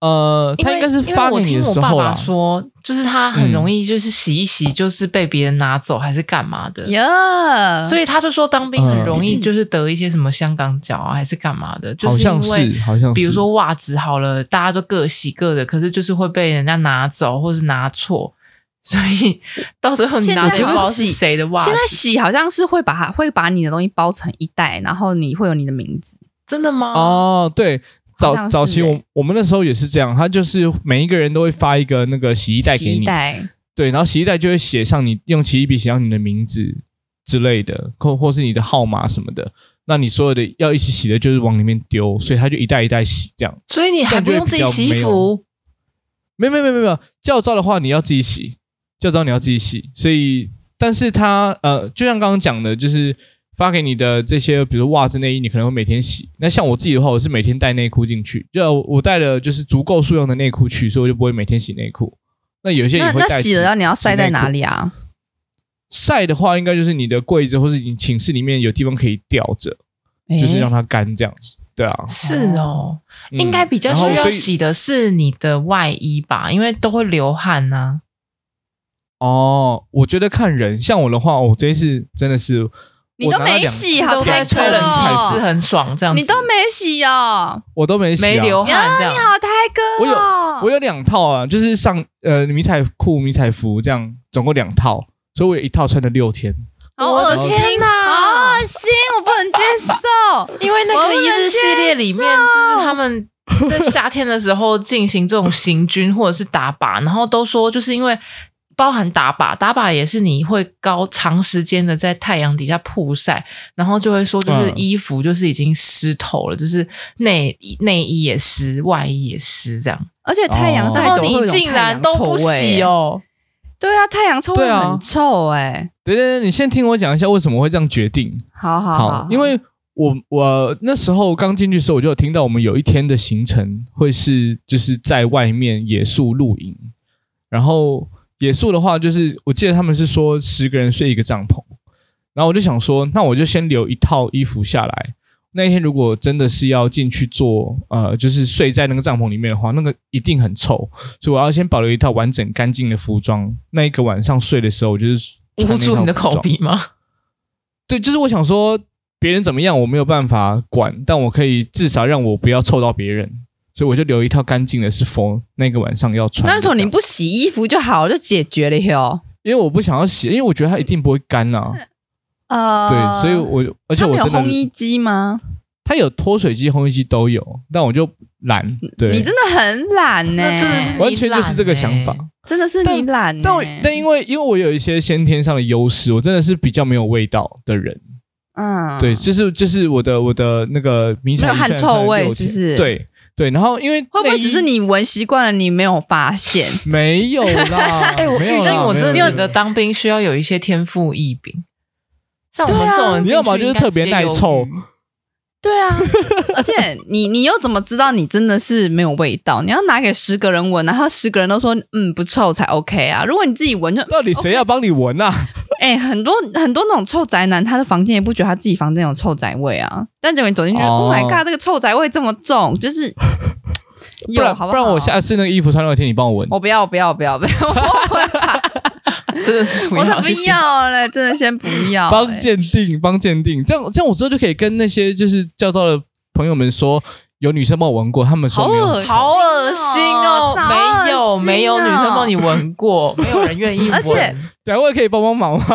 呃，
因
它
为
应该是
因为
发
我
给你
听
的
我
时
爸
候
爸
啦。嗯
说，就是他很容易就是洗一洗，就是被别人拿走还是干嘛的。
耶、
所以他就说，当兵很
嗯
容易就是得一些什么香港脚啊，还是干嘛的，就
好
因
像
为
是，好像是，
比如说袜子好了，大家都各洗各的，可是就是会被人家拿走，或是拿错。所以到时候你拿
现
就
在
不知道
好
是谁的袜子。
现在洗好像是会把它会把你的东西包成一袋，然后你会有你的名字。
真的吗？
哦，对，
好像
早早
是
期
欸
我我们那时候也是这样，他就是每一个人都会发一个那个洗衣袋
洗
给
衣
你，
袋，
对，然后洗衣袋就会写上你用奇异笔写上你的名字之类的，或或是你的号码什么的。那你所有的要一起洗的，就是往里面丢，所以他就一袋一袋洗这样。
所以你还不用自己洗
这
衣
样就会
服，
没有没有没有没有，教招的话你要自己洗，教招你要自己洗，所以但是它呃，就像刚刚讲的，就是发给你的这些，比如袜子、内衣，你可能会每天洗。那像我自己的话，我是每天带内裤进去，就我带了就是足够数量的内裤去，所以我就不会每天洗内裤。那有些也
那
会
那
带
洗
纸
了要你要塞
纸内
在
裤
哪里啊？
晒的话，应该就是你的柜子或是你寝室里面有地方可以吊着，就是让
诶
它干这样子。对啊，
是哦，
嗯
应该比较
然后
需要
所以
洗的是你的外衣吧，因为都会流汗啊呐、
哦。我觉得看人，像我的话，我这一次真的是
你
我
都
拿了
没
两
洗，
都
好
在
开
吹
心
冷气，
哦
是很爽这样子。
你都没洗哦，
我都没洗、啊，
没流汗这样，
好胎哥哦，
我有两套啊，就是上呃迷彩裤、迷彩服这样，总共两套，所以我有一套穿了六天。
好恶
我的
心啊
天哪
好恶心，我不能接受。
因为那
我
个
不能
一日
接
系列里面，就是他们在夏天的时候进行这种行军或者是打靶，然后都说就是因为包含打靶，打靶也是你会高长时间的在太阳底下曝晒，然后就会说就是
嗯
衣服就是已经湿透了，就是内内衣也湿，外衣也湿这样，
而且太阳晒
然
哦
后
久了会有
你
一种
竟然都不
太阳臭味
洗，哦，
对啊，太阳臭
对
味
啊
很臭哎，
对对对，你先听我讲一下为什么会这样决定。
好好好，
因为我我那时候刚进去的时候，我就有听到我们有一天的行程会是就是在外面野宿露营，然后野宿的话，就是我记得他们是说十个人睡一个帐篷，然后我就想说，那我就先留一套衣服下来。那一天如果真的是要进去做，呃，就是睡在那个帐篷里面的话，那个一定很臭，所以我要先保留一套完整干净的服装。那一个晚上睡的时候，我就是穿
捂
那
住
套
你的
服装
口鼻吗？
对，就是我想说，别人怎么样我没有办法管，但我可以至少让我不要臭到别人，所以我就留一套干净的，是否那个晚上要穿的。
那时候你不洗衣服就好，就解决了哟。
因为我不想要洗，因为我觉得它一定不会干啊。
呃，
对，所以我而且
他
我
们有
真
烘
的
衣机吗？
它有脱水机、烘衣机都有，但我就懒。对，
你真的很懒呢、
那真的是
完全就是这个
你懒
想
欸
法。
真的是你懒、呢。
但我但因为因为我有一些先天上的优势，我真的是比较没有味道的人。
嗯，
对，就是就是我的我的那个迷彩
没有
衣
汗
虽然穿
臭
了
味
六
是不
天
是
对对，然后因为
会不
内
会
衣
只是你闻习惯了，你没有 发现？
没有 啦，
哎、我
没
遇
有
见
啦，
我真的
没有
觉得当兵需要有一些天赋异禀，像我们这种人
啊
进去应该直
你
接
要
有，
么就是特别耐臭，
对啊，而且你你又怎么知道你真的是没有味道？你要拿给十个人闻，然后十个人都说嗯不臭才 OK 啊。如果你自己闻就
到底谁要帮你闻啊？
哎、很多很多那种臭宅男，他的房间也不觉得他自己房间有臭宅味啊，但结果你走进去、
哦
o h my god，这个臭宅味这么重，就是
不
有
然
好好？哦
不然我下次那个衣服穿六天，你帮我闻。
我不要，我不要，我不要，不要，
真的是不
我才
要，
不
谢谢。
要嘞，真的先不 要、
帮
欸。
鉴定，帮鉴定，这样这样我之后就可以跟那些就是教招的朋友们说，有女生帮我闻过，他们说没有。
恶
好恶心哦！
好恶
没
心
有
哦
没有女生帮你闻过，没有人愿意闻。
而且
两位可以帮帮忙吗？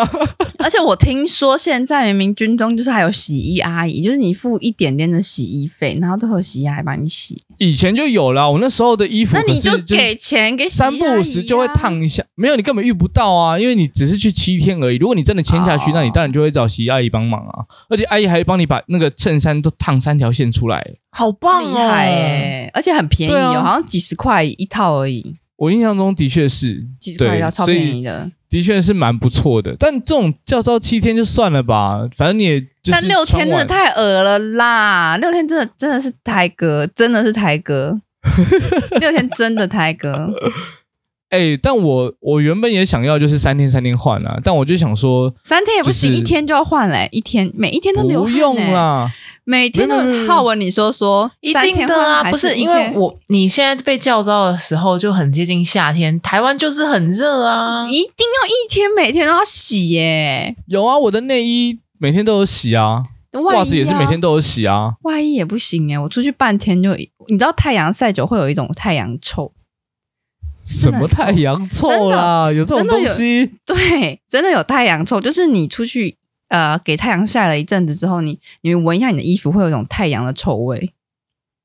而且我听说现在明明军中就是还有洗衣阿姨，就是你付一点点的洗衣费，然后都会有洗衣阿姨帮你洗，
以前就有啦，我那时候的衣服
那
可
你
是
就是给钱给洗衣阿
三
姨、啊，
不五时就会。烫一下，没有你根本遇不到啊，因为你只是去七天而已。如果你真的签下去，
哦
那你当然就会找洗衣阿姨帮忙啊，而且阿姨还会帮你把那个衬衫都烫三条线出来。
啊
好棒
厉
哦！
害耶、而且很便宜
对
哦，
啊
好像几十块一套而已，
我印象中的确是
几十块
对
一套，，超
所以
便宜的。
的确是蛮不错的，但这种教招七天就算了吧，反正你也就是
但六天
穿
真的
完
太恶了啦！六天真的真的是台哥，真的是 台哥，六天真的台哥。
哎、但我我原本也想要就是三天三天换啊，但我就想说
三天也不行，
就是
一天就要换嘞、一天每一天都流
不
汗、欸
用，啦，
每天都
没有没有没有
浩文你说说，
一
三
定
天
的啊，
换还
不
是
是
一
因
天
为我你现在被叫招的时候就很接近夏天，台湾就是很热啊。
一定要一天每天都要洗耶、
有啊，我的内衣每天都有洗啊，
外衣啊
袜子也是每天，都有洗啊，
外衣也不行哎、我出去半天就，你知道太阳晒久会有一种太阳臭，
什么太阳臭啦？有这种东西？
对，真的有太阳臭，就是你出去呃给太阳晒了一阵子之后，你你闻一下你的衣服会有一种太阳的臭味。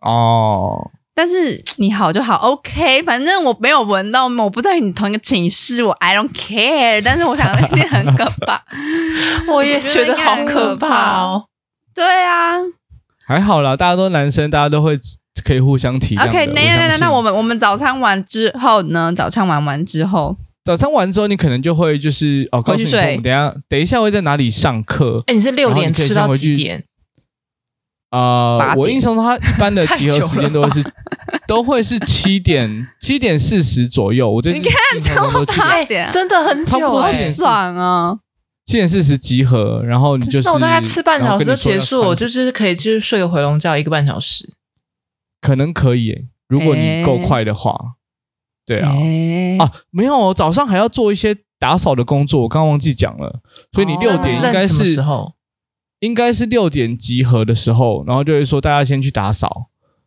哦，
但是你好就好，OK，反正我没有闻到，我不在你同一个寝室，我 I don't care。但是我想那天很可怕，
我也觉得好可怕哦。
对啊，
还好啦，大家都男生，大家都会可以互相体谅的。
OK，那啊那那那
我
我
相信
们我们早餐完之后呢？早餐完完之后，
早餐完之后，你可能就会就是哦，告诉
回
你
去
说
睡
我们等一下等一下会在哪里上课。
哎，你是六
然后
点
你可以
吃
先
到
回去
几点？
呃
八，
啊我
点
印象中它一般 的
太
集合
久
时
了
间都会是 都会是七点七点四十左右。我这
你
看
八
哎
点
真的很
差不
久
多
好
七点
哎。
四十
爽啊！
七点四十集合，然后你就是
那我大概吃半小时就结束，我
我
就是可以就是睡个回笼觉，一个半小时。
可能可以耶，如果你够
哎
快的话。对啊，
哎
啊，没有，我早上还要做一些打扫的工作，我刚刚忘记讲了，所以你
哦
六
那
点
是
应
在
该
什么
是、
时候？，
应该是六点集合的时候，然后就会说大家先去打扫，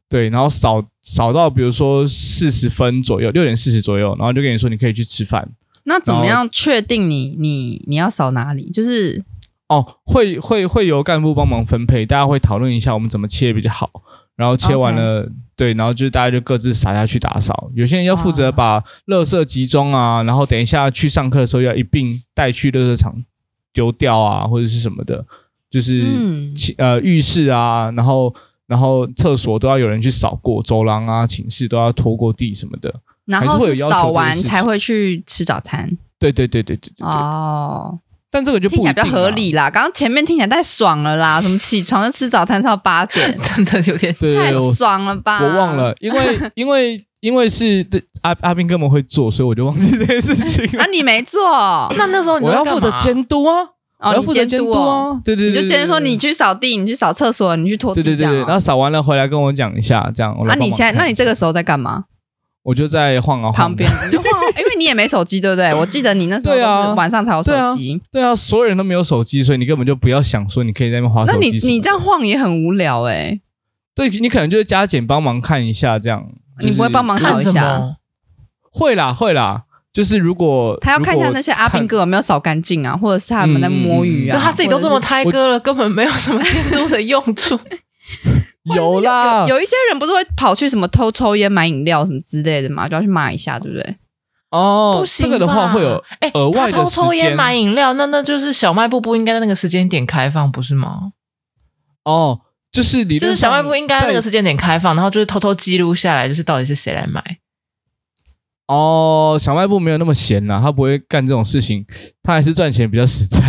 对，然后扫扫到比如说四十分左右，六点四十左右，然后就跟你说你可以去吃饭
那怎么样确定你你你要扫哪里？就是
哦，会会会由干部帮忙分配，大家会讨论一下我们怎么切比较好，然后切完了对，然后就是大家就各自撒下去打扫，有些人要负责把垃圾集中啊，然后等一下去上课的时候要一并带去垃圾场丢掉啊，或者是什么的，就是。
嗯，
寝呃浴室啊，然后然后厕所都要有人去扫过，走廊啊、寝室都要拖过地什么的。
然后
还是会有
是
要求
扫完
这件事情
才会去吃早餐
对对对对对对。对
哦，
但这个就不
听
一
起
定
来
啊
比较合。理啦。刚刚前面听起来太爽了啦，什么起床就吃早餐到八点
真的有点
对对
太
对，我
爽了吧？
我忘 了，因为因为因为是对阿阿斌根本会做，所以我就忘记这件事情
啊，
了。
你没 做，
那那时候你
我
都在
要
干
负责
嘛
监督啊，我
哦，
要
你
负责
监
监督
哦，
啊，对对
你
对，
就监督说你
对
去扫地，你去扫厕所，你去拖地
对对
这
对
样
对，
哦。
然后扫完了回来跟我讲一下，这样。我来
那啊你
帮忙
现在，那
看
你这个时候在干嘛？
我就在晃啊晃的
旁边你就晃， 因为你也没手机，对不对？我记得你那时候
对啊
都是晚上才有手机，
对啊，所有人都没有手机，所以你根本就不要想说你可以在那边啊划手
那
机
你
什么的。
你这样晃也很无聊哎。
对你可能就是加减帮忙看一下这样。
你不会帮忙
就是
扫
看
一
什
下
么？
会啦，会啦，就是如果
他要看一下那些阿
斌
兵哥有没有扫干净啊，或者是他们在摸鱼
嗯
啊，
他自己都这么
或者
胎歌了，根本没有什么监督的用处。
有啦
是。有一些人不是会跑去什么偷抽烟、买饮料什么之类的嘛，就要去骂一下，对不对？
哦，
不行
这个的话
吧
会有
哎，
额外的
他偷
时
抽烟
间
买饮料，那那就是小卖部不应该在那个时间点开放，不是吗？
哦，就是理
就
论
是小
上
卖部应该在那个
在
时间点开放，然后就是偷偷记录下来，就是到底是谁来买。
哦，小卖部没有那么闲啦，他不会干这种事情，他还是赚钱比较实在。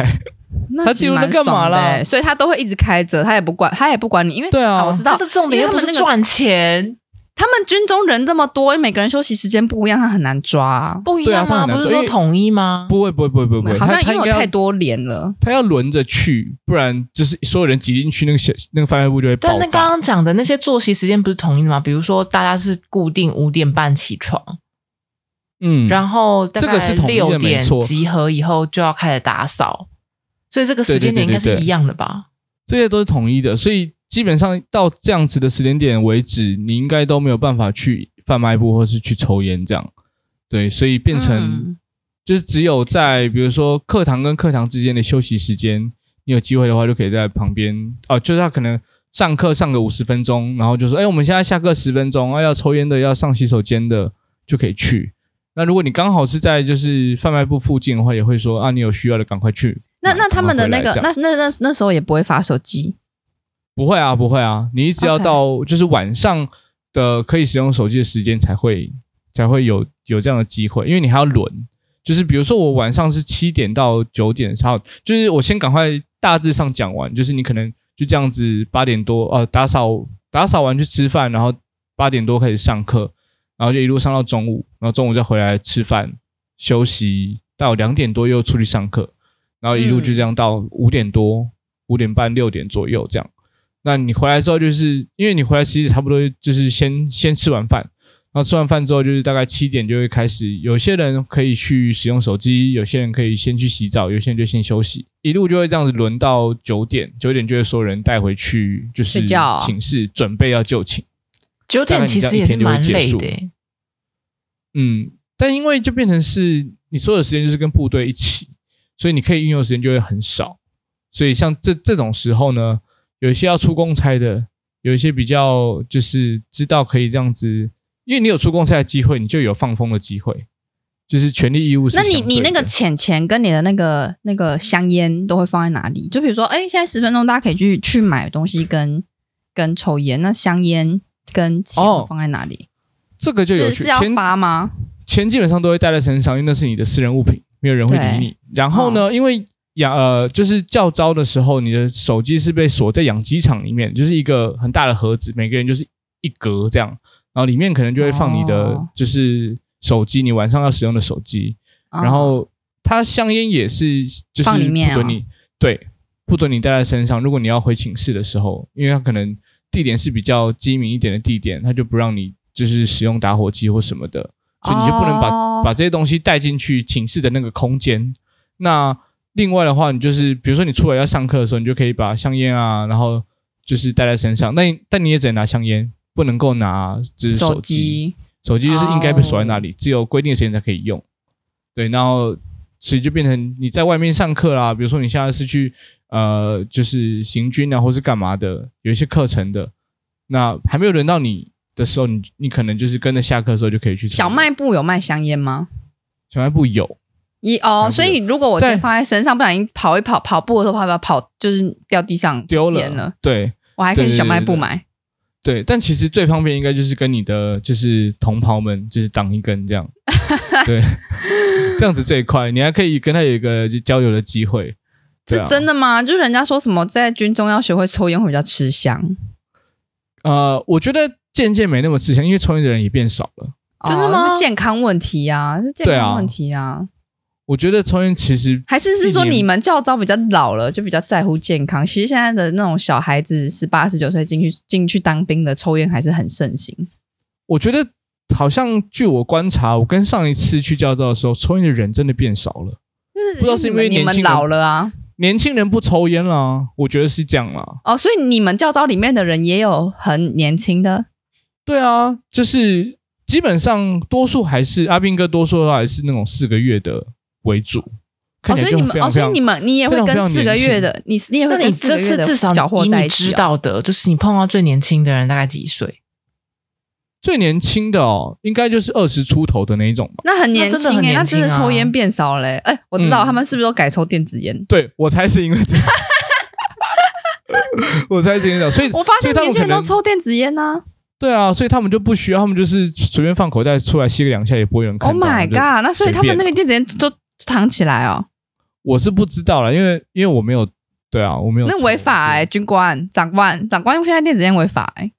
那
他
其实
记录那
蛮
干嘛
爽的
啦
欸所以他都会一直开着，他也不管，他也不管你，因为
对啊
我知
他
道
的重点又不
因
是
为他们那个
赚钱，
他们军中人这么多，每个人休息时间不一样，他很难抓啊。
不一样
对啊他
吗？
很难
不是
做因
说
为
统一吗？
不会，不会，不会，不会不会，
嗯好像
他他
因
应
为
该
有太
要
多连了，
他要轮着去，不然就是所有人挤进去那个小那个贩卖部就会
但
爆
那刚
炸。
刚讲的那些作息时间不是统一的吗？比如说大家是固定五点半起床，
嗯，
然后大
这个
概
是统一的
六点
没错
集合以后就要开始打扫，所以这个时间点应
对
该
对
是
对对对
一样的吧？
这些都是统一的，所以基本上到这样子的时间点为止，你应该都没有办法去贩卖部或是去抽烟这样。对，所以变成、
嗯
就是只有在比如说课堂跟课堂之间的休息时间，你有机会的话就可以在旁边哦，就是他可能上课上个五十分钟，然后就说，哎，我们现在下课十分钟，啊，要抽烟的要上洗手间的就可以去。那如果你刚好是在就是贩卖部附近的话，也会说啊，你有需要的赶快去买。
那那他
赶快
们的
嗯回来
那个
这样
那那那那时候也不会发手机，
不会啊，不会啊，你只要
OK
到就是晚上的可以使用手机的时间才会才会有有这样的机会，因为你还要轮。就是比如说我晚上是七点到九点，然后就是我先赶快大致上讲完，就是你可能就这样子八点多呃打扫打扫完去吃饭，然后八点多开始上课，然后就一路上到中午，然后中午再回来吃饭休息，到两点多又出去上课，然后一路就这样到五点多、五点半、六点左右这样。那你回来之后，就是因为你回来其实差不多就是先先吃完饭，然后吃完饭之后就是大概七点就会开始，有些人可以去使用手机，有些人可以先去洗澡，有些人就先休息，一路就会这样子轮到九点，九点就会所有人带回去就是
睡觉啊
寝室准备要就寝。
九点其实也是蛮
大概
累欸
你这样一天就
的、
嗯，但因为就变成是你所有时间就是跟部队一起，所以你可以运用的时间就会很少。所以像这这种时候呢，有一些要出公差的，有一些比较就是知道可以这样子，因为你有出公差的机会，你就有放风的机会，就是权利义务是
那
相对
你
的。
你那个钱钱跟你的那个那个香烟都会放在哪里？就比如说，哎、现在十分钟大家可以去去买东西跟跟抽烟，那香烟跟钱
哦
放在哪里？
这个就有
是
趣，
是要
前
发吗？
钱基本上都会带在身上，因为那是你的私人物品，没有人会理你。然后呢，因为养呃，就是教招的时候，你的手机是被锁在养鸡场里面，就是一个很大的盒子，每个人就是一格这样，然后里面可能就会放你的
哦
就是手机，你晚上要使用的手机。
啊
然后它香烟也是，就是
放里面
不
啊
准你对，不准你带在身上。如果你要回寝室的时候，因为它可能地点是比较机敏一点的地点，它就不让你就是使用打火机或什么的。所以你就不能把、
哦
把这些东西带进去寝室的那个空间。那另外的话，你就是比如说你出来要上课的时候，你就可以把香烟啊，然后就是带在身上。那你但你也只能拿香烟，不能够拿就是手
手
机。
机
手机就是应该被锁在那
哦
里，只有规定的时间才可以用。对，然后所以就变成你在外面上课啦，比如说你现在是去呃，就是行军啊，或是干嘛的，有一些课程的，那还没有轮到你的时候，你你可能就是跟着下课的时候就可以去抽
小卖部有卖香烟吗？
小卖部有，
一哦
卖，
所以如果我
在
今天放在身上，不小心跑一跑，跑步的时候怕把跑就是掉地上
丢
捡
了
了，
对
我还可以
对对
去小卖部
对对
买。
对，但其实最方便应该就是跟你的就是同袍们就是挡一根这 样，对，这样子最快，你还可以跟他有一个就交流的机会。对
是
啊
真的吗？就是人家说什么在军中要学会抽烟会比较吃香，
呃，我觉得渐渐没那么吃香，因为抽烟的人也变少了。
真的
哦
吗
是健康问题啊，是健
对啊
康问题啊，
我觉得抽烟其实
还是是说
一年
你们教招比较老了，就比较在乎健康？其实现在的那种小孩子十八、十九岁进去进去当兵的，抽烟还是很盛行。
我觉得好像据我观察，我跟上一次去教招的时候，抽烟的人真的变少了。
不
不知道是因为
嗯你们
年轻人
老了啊，
年轻人不抽烟啦，我觉得是这样啦。
哦，所以你们教招里面的人也有很年轻的
对啊，就是基本上多数还是阿斌哥，多数的话还是那种四个月的为主，看
哦，
起
所
来
以
就
你
很
们
非
哦，
常非
所以
常
你们你也会
非常非
跟
常
四个月的你你也会
那
跟
你
四个
这
月
次
的
至少
缴获
以
在
你
一起
知
哦、
道的，就是你碰到最年轻的人大概几岁？
最年轻的哦，应该就是二十出头的那一种吧。
那很年
那真的
轻
很
哎、
年
那真的
轻啊
抽烟变少嘞、哎、我知道、
嗯
他们是不是都改抽电子烟？
对我猜是因为这样，我猜是因为这样，所以
我发
所以
现
他们
年轻人
可能
都抽电子烟呐、
对啊，所以他们就不需要，他们就是随便放口袋出来吸个两下，也不会有人看
Oh
到。
my
就
god！那所以他
随
们
便
那个电子烟都藏起来哦，
我是不知道了，因为因为我没有，对啊，我没有。
那违法哎、
哎、
军官、长官、长官现在电子烟违法哎、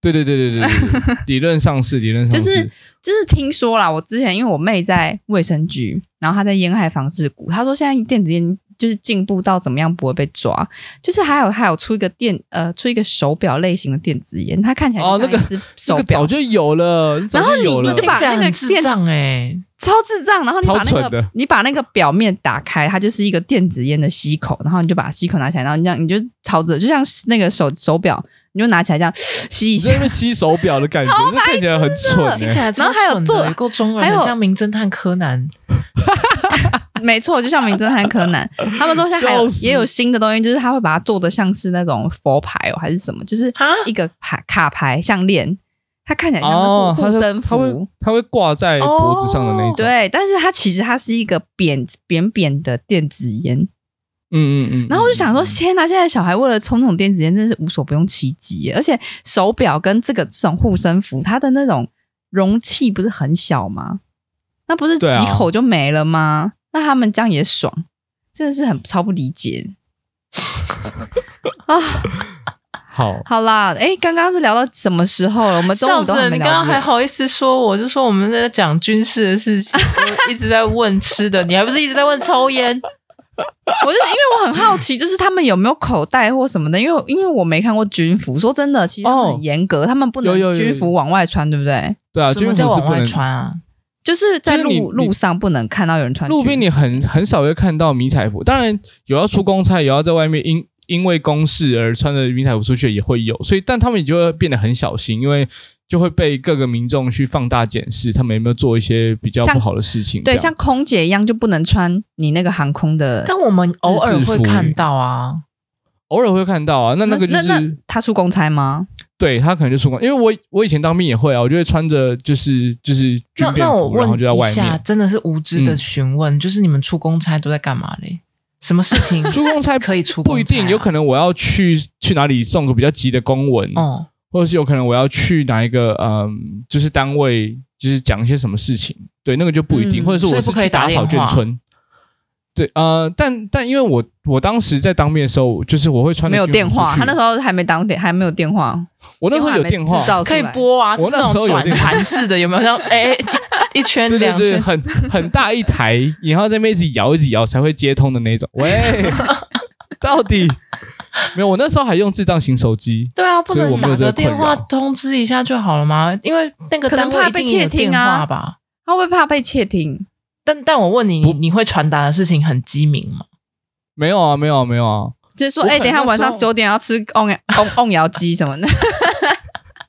对对对对对对对，理论上是理论上
就是就是听说啦，我之前因为我妹在卫生局，然后她在烟害防治股，她说现在电子烟就是进步到怎么样不会被抓，就是还有还有出一个电呃出一个手表类型的电子烟，它看起来
哦
就像
那个
一只
这
手
个
表
早就有了，早
然后
就
你
有了
你就把
听起来
那个
很智
电
障哎、
超智障，然后你把
超
那
蠢的
个你把那个表面打开，它就是一个电子烟的吸口，然后你就把吸口拿起来，然后你这样你就朝着就像那个手手表，你就拿起来这样吸一
你
下
在那。边吸手表的感觉，这看起来很蠢、
听起
欸。
来超
然后还有
蠢的
做
也够中二，
还有
很像名侦探柯南。
没错，就像名侦探柯南，他们说现在还有
笑死
也有新的东西，就是他会把它做的像是那种佛牌哦，还是什么，就是
啊
一个牌卡牌项链，它看起来像是护
哦，它
护
是
身
它会
符。
它会挂在脖子上的那一种。，
对，但是它其实它是一个扁扁扁的电子烟，
嗯嗯嗯。
然后我就想说，
嗯，
天哪！现在小孩为了冲那种电子烟，真是无所不用其极耶。而且手表跟这个这种护身符，它的那种容器不是很小吗？那不是
对啊
几口就没了吗？那他们这样也爽，真的是很超不理解。啊，
好，
好啦，哎，刚刚是聊到什么时候了？我们中
笑
午
死
都
了！
还
你
没
刚
聊
刚还
完。
好意思说我，就说我们在讲军事的事 情，就一直在问吃的，你还不是一直在问抽 烟？
我就因为我很好奇，就是他们有没有口袋或什么的？因为因为我没看过军服，说真的，其实他们
哦
很严格，他们不
有
能
有有
军服往外穿，对不对？
对啊，
什
军
么
服
叫
是
往
不
外
能
穿啊？
就是在
就是你
路
你
路上不能看到有人穿
路边
军
你很很少会看到迷彩服，当然有要出公差，也要在外面因因为公事而穿着迷彩服出去也会有，所以但他们也就会变得很小心，因为就会被各个民众去放大检视，他们有没有做一些比较不好的事情。
对，
这样
像空姐一样就不能穿你那个航空的，
但我们偶尔
自制
会
服
看到啊，
偶尔会看到啊，那那个就
那
是
他出公差吗？
对他可能就出光，因为我我以前当兵也会啊，我就会穿着就是就是军
那
便
那我
服，然后
问
就在外
一下，
面。
真的是无知的
嗯
询问，就是你们出公差都在干嘛嘞？什么事情
出公差
可以出公差啊？
不一定，有可能我要去去哪里送个比较急的公文，
哦，
或者是有可能我要去哪一个嗯，就是单位就是讲一些什么事情，对，那个就不一定，
嗯
或者是
所
我
以
是
不可以
去
打
打扫
电
眷
话
村。对，呃，但但因为我我当时在当兵的时候，就是我会穿着
没有
军
电
服
话，
出去
他那时候还没当电，还没有电话，
我那时候有电话
还没制，造出
可
来
以播啊，
哦我
是
那时候
种
有
转
电话
盘式的，有没 有像哎一一圈
对对
两
对，
圈？
很很大一台，然后在那边一直摇一直摇才会接通的那种。喂，到底没有？我那时候还用智障型手机，
对啊，不
所以我
能
没有
打
这个
个电
困扰
话通知一下就好了吗？因为那个
可能
单位
怕
一
被
定有
窃听
电
啊
话吧。
他会不会怕被窃听？
但但我问你，你你会传达的事情很机敏吗？
没有啊，没有啊，没有啊。
就是说，
我
哎、
可能
等一下
那
晚
时
上
候
九点要吃瓮 瓮瓮窑鸡什么的。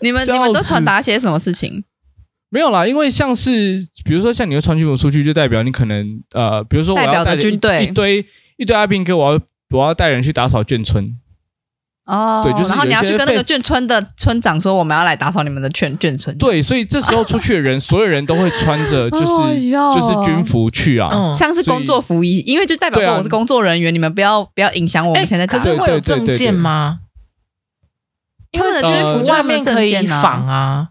你们
笑
你们都
死
传达些什么事情？
没有啦，因为像是比如说像你会穿军服出去，就代表你可能呃，比如说我
代
要
表着
带着
军队
一一堆一堆阿兵哥，我要我要带人去打扫眷村，
哦，
对就是
然后
有
你
一
要
些
去跟那
废
个眷村的村长说，我们要来打扫你们的眷眷村。，
对，所以这时候出去的 人，所有人都会穿着就是、
哎呦
就是军服去啊。
嗯，
像是
所以
工作服仪，因为就代表
对啊
说我是工作人员，你们不要不要影响我
哎
们现在打
可
扫。
是会有
对对对
证
对
件吗？
他们的
呃
军服就
外
他们
面
的
可
证
以
件啊
仿啊，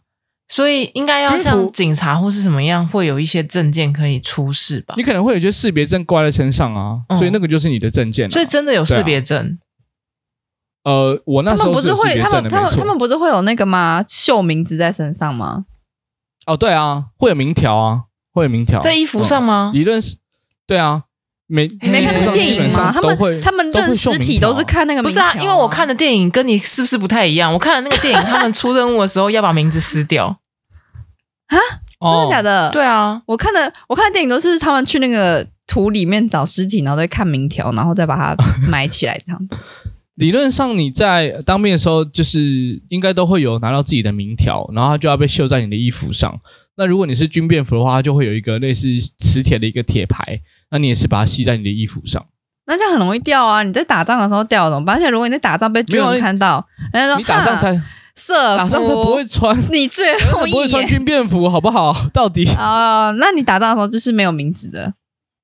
所以应该要
军服
像警察或是什么样，会有一些证件可以出示吧
你？可能会有一些识别证挂在身上啊，
嗯
所以那个就是你的证件、啊。
所以真的有
对啊
识别证，
呃，我那
他
时
们
候
不
有识
会，
别
他
证
们
的，
他
没
们他
错。
们不是会有那个吗？绣名字在身上吗？
哦，对啊，会有名条啊，会有名条
在衣服上
嗯
吗？
理论是，对啊，每
你没看
那个
过电影吗？他
都会
们他们
都会
认
绣
尸
名
体
条
都是看那个
不是啊，
名条
因为我看的电影跟你是不是不太一样？我看的那个电影，他们出任务的时候要把名字撕 掉。
哦真的假
的？
的？，
对啊，
我看的我看的电影都是他们去那个土里面找尸体，然后再看名条，然后再把 它埋起来这样子。
理论上你在当兵的时候，就是应该都会有拿到自己的名条，然后它就要被绣在你的衣服上。那如果你是军便服的话，它就会有一个类似磁铁的一个铁牌，那你也是把它系在你的衣服 上。
那这样很容易掉啊！你在打仗的时候掉怎么办？而且如果你在打仗被
没
军
有
人
你
看到，人家说
你打仗
哈
才
色
打仗才
服
不会穿，
你最后
不
一
会穿
眼
军便服，好不好？到底
哦，那你打仗的时候就是没有名字的，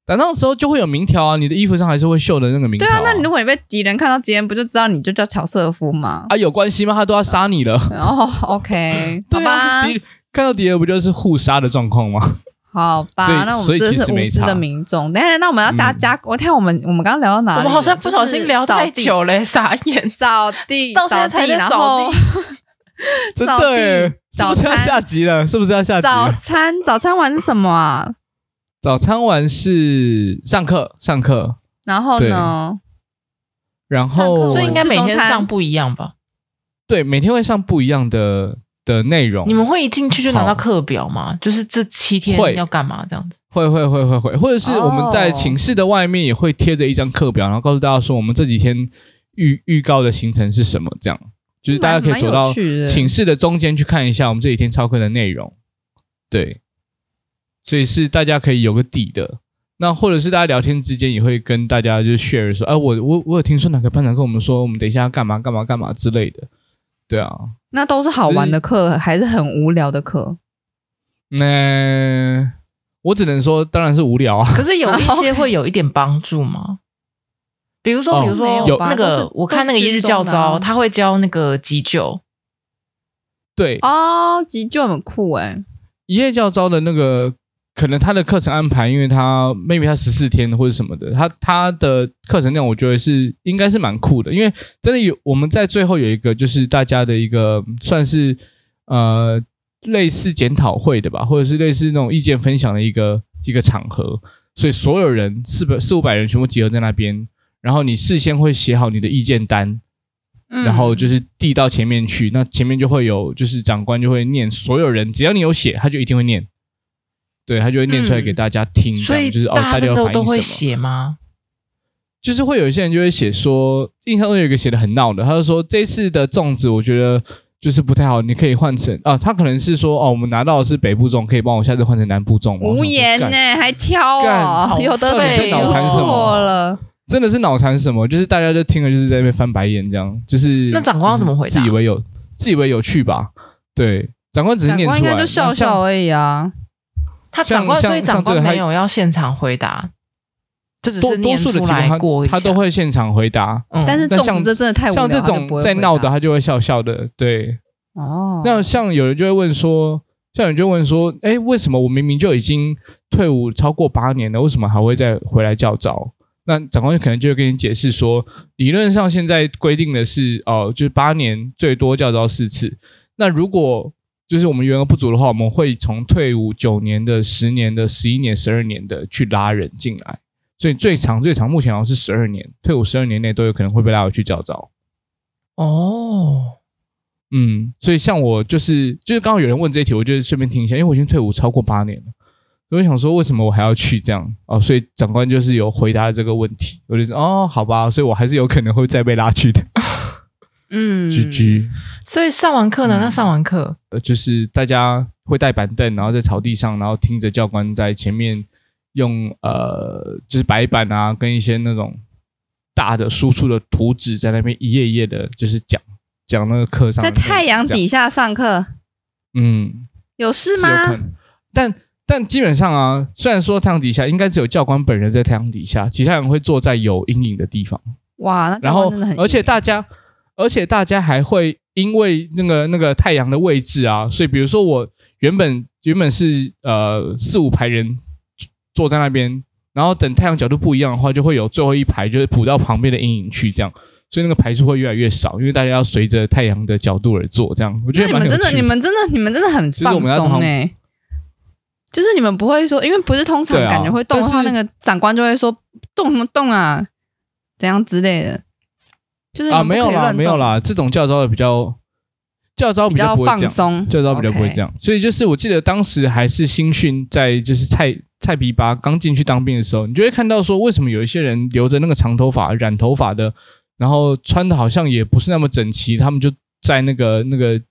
打仗的时候就会有名条啊，你的衣服上还是会绣的那个名
对
条、
啊。那你如果你被敌人看到今天，不就知道你就叫乔瑟夫吗？
啊有关系吗？他都要杀你 了，
哦，OK，好
啊 对啊，
吧，
敌看到敌人不就是互杀的状况吗？
好
所以
吧，那我
所
们
以
真的
其实
是
没
无知
差
的民众。等一下，那我们要加
嗯
加，我看我们我们刚刚聊到哪里
我
了？
们好像不小心聊太
就是
久嘞， 傻眼。
扫地，
到
扫地，
现在才在
然
扫
后
地
真
扫
的
地
耶，是不
早
是要
餐
下集了？是不是要下集了？
早餐早餐玩是什么啊？
早餐完是上课，上课，
然后呢？
然后
上
所
课
以应该每
吃
天
中餐
上不一样吧？
对每天会上不一样的的内容。
你们会一进去就拿
哦好
到课表吗？就是这七天
会
要干嘛这样子？
会会会会会，或者是我们在寝室的外面也会贴着一张课表，然后告诉大家说我们这几天预预告的行程是什么，这样就是大家可以走
蛮蛮有
到
趣的
寝室的中间去看一下我们这几天操课的内容。对，所以是大家可以有个底的。那或者是大家聊天之间也会跟大家就是 share 说，哎、我我我有听说哪个班长跟我们说，我们等一下要干嘛干嘛干嘛之类的。对啊，
那都是好玩的课，还是很无聊的课？
那、我只能说，当然是无聊啊。
可是有一些会有一点帮助吗？比如说，
哦
比如
没
说
有吧
那
都
个
是，
我看那个
都
一
是
日
军
教
中的啊
招，他会教那个急救，
对，
哦，急救很酷哎，
一夜教招的那个，可能他的课程安排，因为他 maybe 他十四天或者什么的，他他的课程内容我觉得是应该是蛮酷的，因为真的有我们在最后有一个就是大家的一个算是呃类似检讨会的吧，或者是类似那种意见分享的一个一个场合，所以所有人四百四五百人全部集合在那边，然后你事先会写好你的意见单，
嗯
嗯
然后就是递到前面去，那前面就会有，就是长官就会念所有人，只要你有写，他就一定会念，对他就会念出来给大家听，这
嗯所
样
以
就是哦，
大
大家
家真
要
的
反
都
映
会
什么，
写吗？
就是会有一些人就会写说，印象中有一个写的很闹的，他就说这次的粽子我觉得就是不太好，你可以换成啊，他可能是说哦，我们拿到的是北部粽，可以帮我下次换成南部粽吗。
无言
我想
呢、
说干
还挑
干
哦
好，
有的
到底在
没
脑残什么
错了，
真的是脑残什么？就是大家就听了就是在那边翻白眼，这样就是
那长官要怎么回答
自以为有，自以为有趣吧？对，长官只是
长
念出
官
来，
应该就笑笑
像。
而已啊。
他
像
长官，
像
所以长
像这
官
个他
没有要现场回答，就只
多
是
多
念
数的
出
题目
来
他
过一
他
下。
都，会现场回答，
嗯
但是
但
粽
哦像
子这真的太无聊，
像这
他就不
种
会
在
回
闹
答
的，他就会笑笑的。对，
哦，
那像有人就会问说，像有人就问说，哎，为什么我明明就已经退伍超过八年了，为什么还会再回来教招？那长官可能就会跟你解释说，理论上现在规定的是，哦、就是八年最多教招四次。那如果就是我们员额不足的话，我们会从退伍九年的、十年的、十一年、十二年的去拉人进来。所以最长最长目前好像是十二年，退伍十二年内都有可能会被拉回去教招。
哦，
嗯，所以像我就是就是刚好有人问这一题，我就顺便听一下，因为我已经退伍超过八年了，所以我想说为什么我还要去这样哦，所以长官就是有回答了这个问题，我就是哦，好吧，所以我还是有可能会再被拉去的。
嗯，
居居、
所以上完课呢？
嗯
那上完课，
呃，就是大家会带板凳，然后在草地上，然后听着教官在前面用呃就是白板啊跟一些那种大的输出的图纸在那边一页一页的，就是讲讲那个课上
在
的内容
太阳
这样
底下上课
嗯。
有事
是有可
吗？
能，但但基本上啊，虽然说太阳底下应该只有教官本人在太阳底下，其他人会坐在有阴影的地方。
哇，那
然
长官
后
真的很，
而且
硬
大家，而且大家还会因为那个那个太阳的位置啊，所以比如说我原本原本是呃四五排人坐在那边，然后等太阳角度不一样的话，就会有最后一排就是补到旁边的阴影去这样。所以那个排数会越来越少，因为大家要随着太阳的角度而做，这样我觉
那
得
你
蛮
们
有趣
真的，你们真的，你们真的很
是我
放
们要
松
同
哎、就是你们不会说，因为不是通常
对啊
感觉会动的话，
但是
那个长官就会说动什么动啊，怎样之类的。就是
啊，
你们不
没有
可以
啦，
乱
没有
动，
啦，这种教招的比较教招
比
较
较
不会
放
这样，
松，
教招比较不会
OK
这样。所以就是我记得当时还是新训，在就是蔡蔡皮巴刚进去当兵的时候，你就会看到说，为什么有一些人留着那个长头发、染头发的，然后穿的好像也不是那么整齐，他们就在那个那个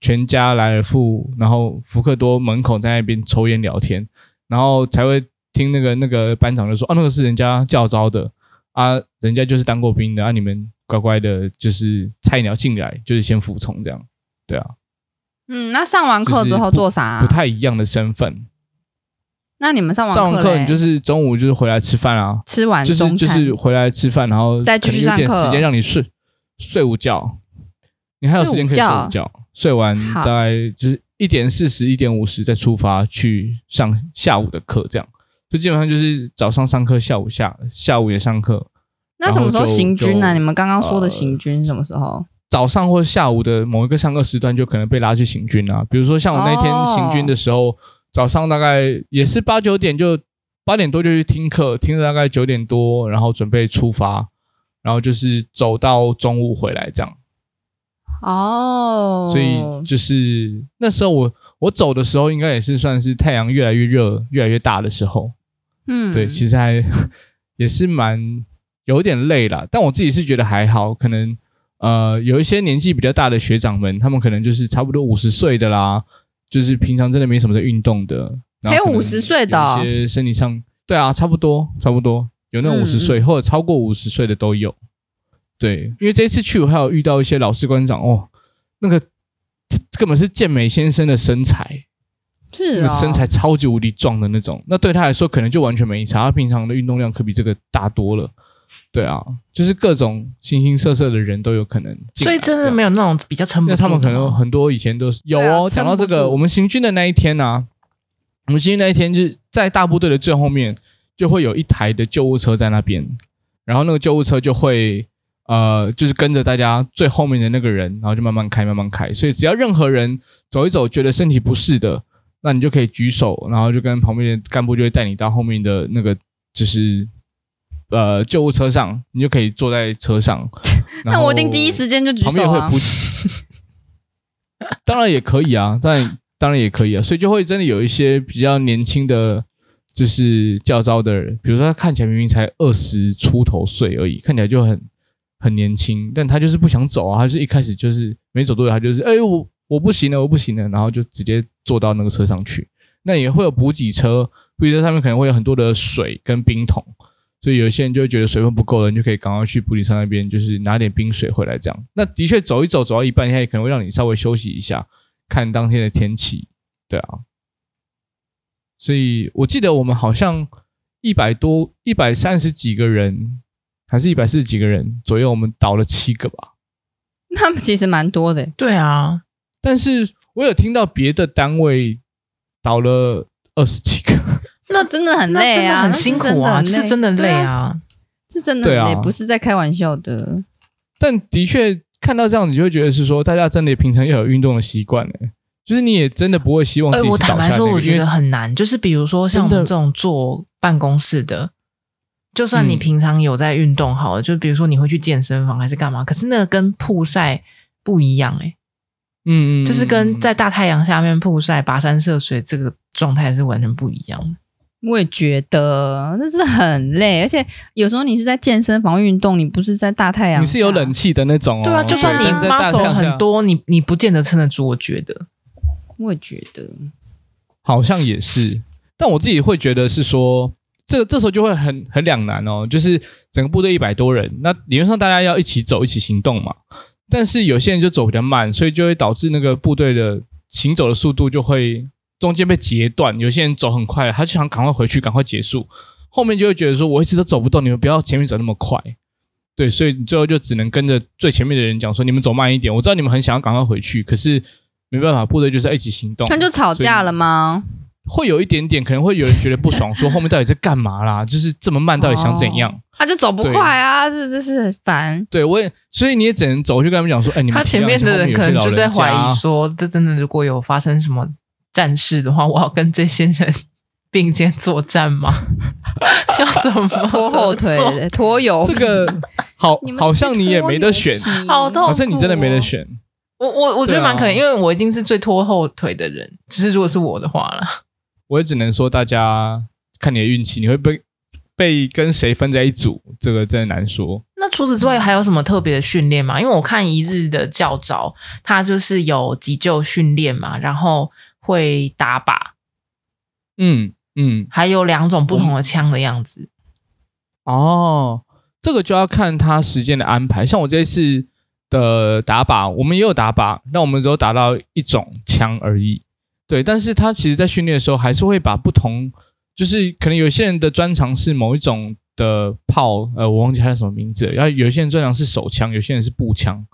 全家莱尔富，然后福克多门口在那边抽烟聊天，然后才会听那个那个班长就说啊，那个是人家教招的啊，人家就是当过兵的啊，你们乖乖的，就是菜鸟进来就是先服从这样，对啊，
嗯，那上完课之后做啥啊、
不太一样的身份。
那你们上完
上完课
嘞
你就是中午就是回来吃饭啊，
吃完
就是
中
就
餐，
是回来吃饭，然后
再继续
可能有
上
点
课
时间让你睡睡午觉，你还有时间可以睡午
睡午
觉，睡完
好
大概就是一点四十、一点五十再出发去上下午的课，这样就基本上就是早上上课，下午下下午也上课，
那什么时
然
候
后就
行军呢、啊
就
你们刚刚说的
呃
行军是什么时候？
早上或下午的某一个上课时段就可能被拉去行军啊。比如说像我那
哦
天行军的时候，早上大概也是八九点就八点多就去听课，听了大概九点多，然后准备出发，然后就是走到中午回来这样。
哦，
所以就是那时候我我走的时候，应该也是算是太阳越来越热、越来越大的时候。
嗯，
对，其实还也是蛮有点累啦，但我自己是觉得还好，可能呃有一些年纪比较大的学长们，他们可能就是差不多五十岁的啦，就是平常真的没什么在运动的，然后
还有
可能
50岁的哦
有一些身体上对啊，差不多差不多有那种
嗯
五十岁、或者超过五十岁的都有，对，因为这一次去我还有遇到一些老师官长哦，那个根本是健美先生的身材，
是、
那
哦、
个身材超级无敌壮的那种，那对他来说可能就完全
嗯
没差，他平常的运动量可比这个大多了。对啊，就是各种形形色色的人都有可能进
所
来，啊
以真的没
有。
有那种比较撑不
那
住
他
的吗。
们可能很多以前都是有
对啊
哦。
撑
讲
不
到这个，
住
我们行军的那一天啊，我们行军那一天就是在大部队的最后面，就会有一台的救护车在那边，然后那个救护车就会呃，就是跟着大家最后面的那个人，然后就慢慢开，慢慢开。所以只要任何人走一走，觉得身体不适的，那你就可以举手，然后就跟旁边的干部就会带你到后面的那个就是呃救护车上，你就可以坐在车 上。然
那
后
我一定第一时间就举
旁边也
手
会
啊
不，当然也可以啊， 但当然也可以啊，所以就会真的有一些比较年轻的。就是教招的人，比如说他看起来明明才二十出头岁而已，看起来就很很年轻，但他就是不想走啊，他就是一开始就是没走多久，他就是哎、我我不行了，我不行了，然后就直接坐到那个车上去。那也会有补给车，补给车上面可能会有很多的水跟冰桶，所以有些人就会觉得水分不够了，你就可以赶快去补给车那边，就是拿点冰水回来这样。那的确走一走，走到一半，它也可能会让你稍微休息一下，看当天的天气，对啊。所以我记得我们好像一百多、一百三十几个人，还是一百四十几个人左右，我们倒了七个吧。
他们其实蛮多的，
对啊，
但是我有听到别的单位倒了二十几个，
那真的很
那
累
真的
啊，
很
那是
辛苦啊，
很
就是真的
对
累
啊，
啊。
是真的
对
很
啊
累，不是在开玩笑的。
但的确看到这样，你就会觉得是说，大家真的平常要有运动的习惯呢，就是你也真的不会希望
哎、
自己
我
是
坦
倒下
白
那
说，我
个，
觉
因
得
为嗯
很难。就是比如说像我
真的
们这种坐办公室的，就算你
嗯
平常有在运动好了，就比如说你会去健身房还是干嘛，可是那个跟曝晒不一样哎、
嗯嗯，
就是
嗯
跟
嗯
在大太阳下面曝晒、跋山涉水这个状态是完全不一样的。
我也觉得那是很累，而且有时候你是在健身房运动，你不是在大太阳下，
你是有冷气的那种哦，
对啊，就算你
对但是在大太
muscle
阳下
很，多，你你不见得撑得住。我觉得，
我也觉得，
哦好像也是，但我自己会觉得是说，这这时候就会很很两难哦，就是整个部队一百多人，那理论上大家要一起走，一起行动嘛，但是有些人就走比较慢，所以就会导致那个部队的行走的速度就会中间被截断，有些人走很快，他就想赶快回去，赶快结束，后面就会觉得说我一直都走不动，你们不要前面走那么快。对，所以你最后就只能跟着最前面的人讲说，你们走慢一点。我知道你们很想要赶快回去，可是没办法，部队就是要一起行动。
那就吵架
所以
了吗？
会有一点点，可能会有人觉得不爽，说后面到底在干嘛 啦？就是这么慢，到底想怎样？
哦
他就走不
对
快啊，这这是很烦。
对我也，所以你也只能走去跟他们讲说，哎，你们
他前面的人可能就在怀疑
说，
说，这真的如果有发生什么战事的话，我要跟这些人并肩作战吗？ 要怎么
拖后腿
做？
的、拖油
这
瓶，
个好
你，们
好像你也没得选
是， 拖油瓶
好痛苦哦
好像你真的没得选。
我我我觉得蛮可
对啊
怜，因为我一定是最拖后腿的人。只是如果是我的话啦，
我也只能说，大家看你的运气，你会被被跟谁分在一组，这个真的难说。
那除此之外还有什么特别的训练吗？因为我看一日的教招，它就是有急救训练嘛，然后会打靶，
嗯嗯，
还有两种不同的枪的样子。
哦，这个就要看他时间的安排。像我这一次的打靶，我们也有打靶，但我们只有打到一种枪而已。对，但是他其实在训练的时候，还是会把不同，就是可能有些人的专长是某一种的炮，呃，我忘记它叫什么名字了。然后有些人专长是手枪，有些人是步枪。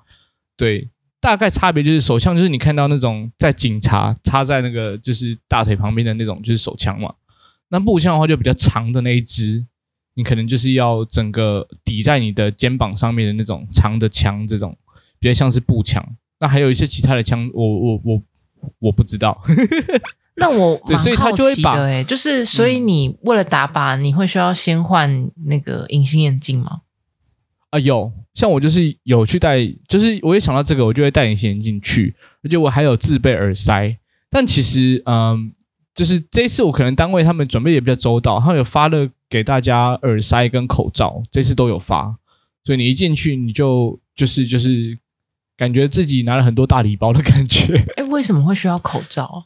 对，大概差别就是手枪就是你看到那种在警察插在那个就是大腿旁边的那种就是手枪嘛。那步枪的话就比较长的那一支，你可能就是要整个抵在你的肩膀上面的那种长的枪，这种比较像是步枪。那还有一些其他的枪，我我我我不知道。
那我
对
蛮
所以他
好
就会
奇
把
的欸就是所以你为了打靶，你会需要先换那个隐形眼镜吗？
啊，有，像我就是有去戴，就是我也想到这个，我就会戴隐形眼镜去，而且我还有自备耳塞。但其实，嗯，就是这一次我可能单位他们准备也比较周到，他们有发了给大家耳塞跟口罩，这次都有发，所以你一进去你就就是就是感觉自己拿了很多大礼包的感觉。
哎，为什么会需要口罩啊？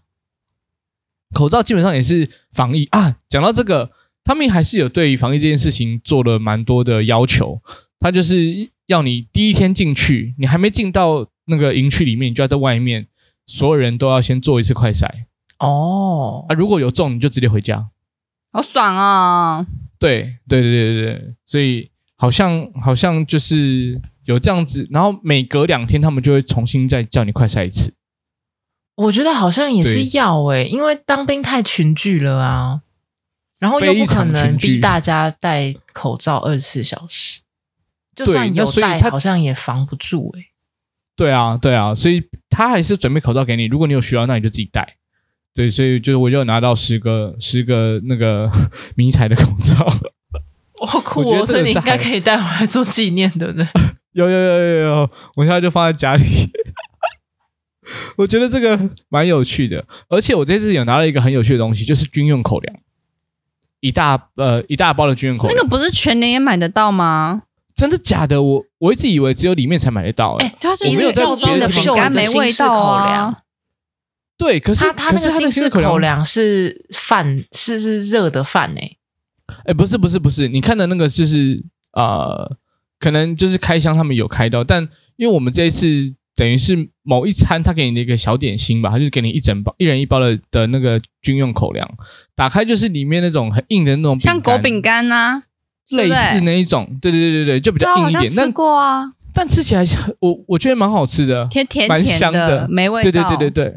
口罩基本上也是防疫啊。讲到这个，他们还是有对于防疫这件事情做了蛮多的要求。他就是要你第一天进去，你还没进到那个营区里面，你就要在外面，所有人都要先做一次快筛
哦，
啊。如果有中，你就直接回家。
好爽哦！
对对对对对，对所以好像好像就是有这样子，然后每隔两天他们就会重新再叫你快筛一次。
我觉得好像也是要哎、因为当兵太群聚了啊，然后又不
非
可
常
能
群聚
逼大家戴口罩二十四小时，就
对
算有
那所以
戴，
他
好像也防不住哎、
对啊，对啊，所以他还是准备口罩给你，如果你有需要，那你就自己戴。对，所以就是我就有拿到十个十个那个 迷彩的口罩，
好酷
我觉得这
哦！所
个
以你
是
应
还
该可以带回来做纪念，对不对？
有有有有有，我现在就放在家里。我觉得这个蛮有趣的，而且我这次有拿了一个很有趣的东西，就是军用口粮，一大呃一大包的军用口
那
粮。
个不是全年也买得到吗？
真的假的？我我一直以为只有里面才买得到、欸，
哎
对啊， 就
我
是
没有在
正宗的饼干没味道啊。
对，可是
他他
可
那
是
个
它
新
的
式
式
口
口粮，
粮是饭，是是热的饭哎、
哎、不是不是不是，你看的那个就是呃，可能就是开箱他们有开到，但因为我们这一次等于是某一餐他给你的一个小点心吧，他就是给你一整包，一人一包的的那个军用口粮，打开就是里面那种很硬的那种，
像狗饼。干呐，
类似那一种，对对对对对，就比
对
较
啊，
硬
好
一
像
点，
吃
但
过啊，
但吃起来是很我我觉得蛮好吃的，
甜甜
蛮
甜
香的
没味道。
对对对对对，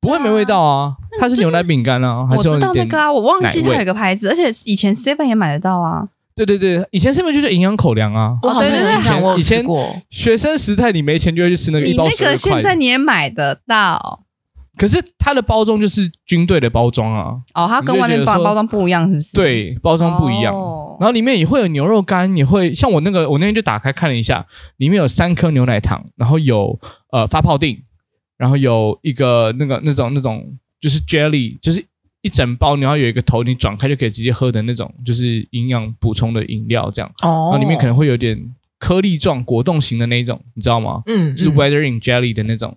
不会没味道啊，它是牛奶饼干啊，还
我
是有
知道那
点
个啊，我忘记
奶
它
味
有一个牌子，而且以前 Seven 也买得到啊。
对对对，以前是不是就是营养口粮啊？
我好像
对对
有
对
印象，我有
以前
吃过。
学生时代你没钱就会去吃那个一
你
包
那
十二
个现在
块，
你也买得到
可是它的包装就是军队的包装啊，
哦，它跟外面
你
包
就觉得说
包装不一样，是不是？，
对，包装不一样。
哦
然后里面也会有牛肉干，也会像我那个，我那天就打开看了一下，里面有三颗牛奶糖，然后有呃发泡锭，然后有一个那个那种那种就是 jelly，就是一整包，然后有一个头，你转开就可以直接喝的那种，就是营养补充的饮料这样。然
哦
后里面可能会有点颗粒状、果冻型的那一种，你知道吗？
嗯，
就是
嗯
weathering jelly 的那种，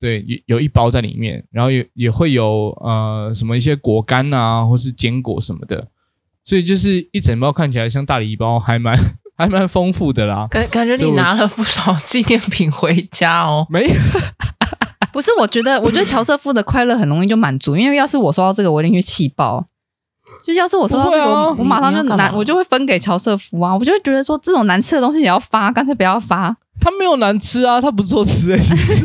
对，有有一包在里面，然后也也会有呃什么一些果干啊，或是坚果什么的，所以就是一整包看起来像大礼包，还蛮还蛮丰富的啦。
感感觉
所以
你
我
拿了不少纪念品回家哦。
没有，
不是，我觉得，我觉得乔瑟夫的快乐很容易就满足，因为要是我收到这个，我一定去气爆。就是要是我收到这个，
不会啊
我我马上就
你要干
拿，
嘛
我就会分给乔瑟夫啊，我就会觉得说这种难吃的东西也要发，干脆不要发。
它没有难吃啊，它不做吃诶、其 实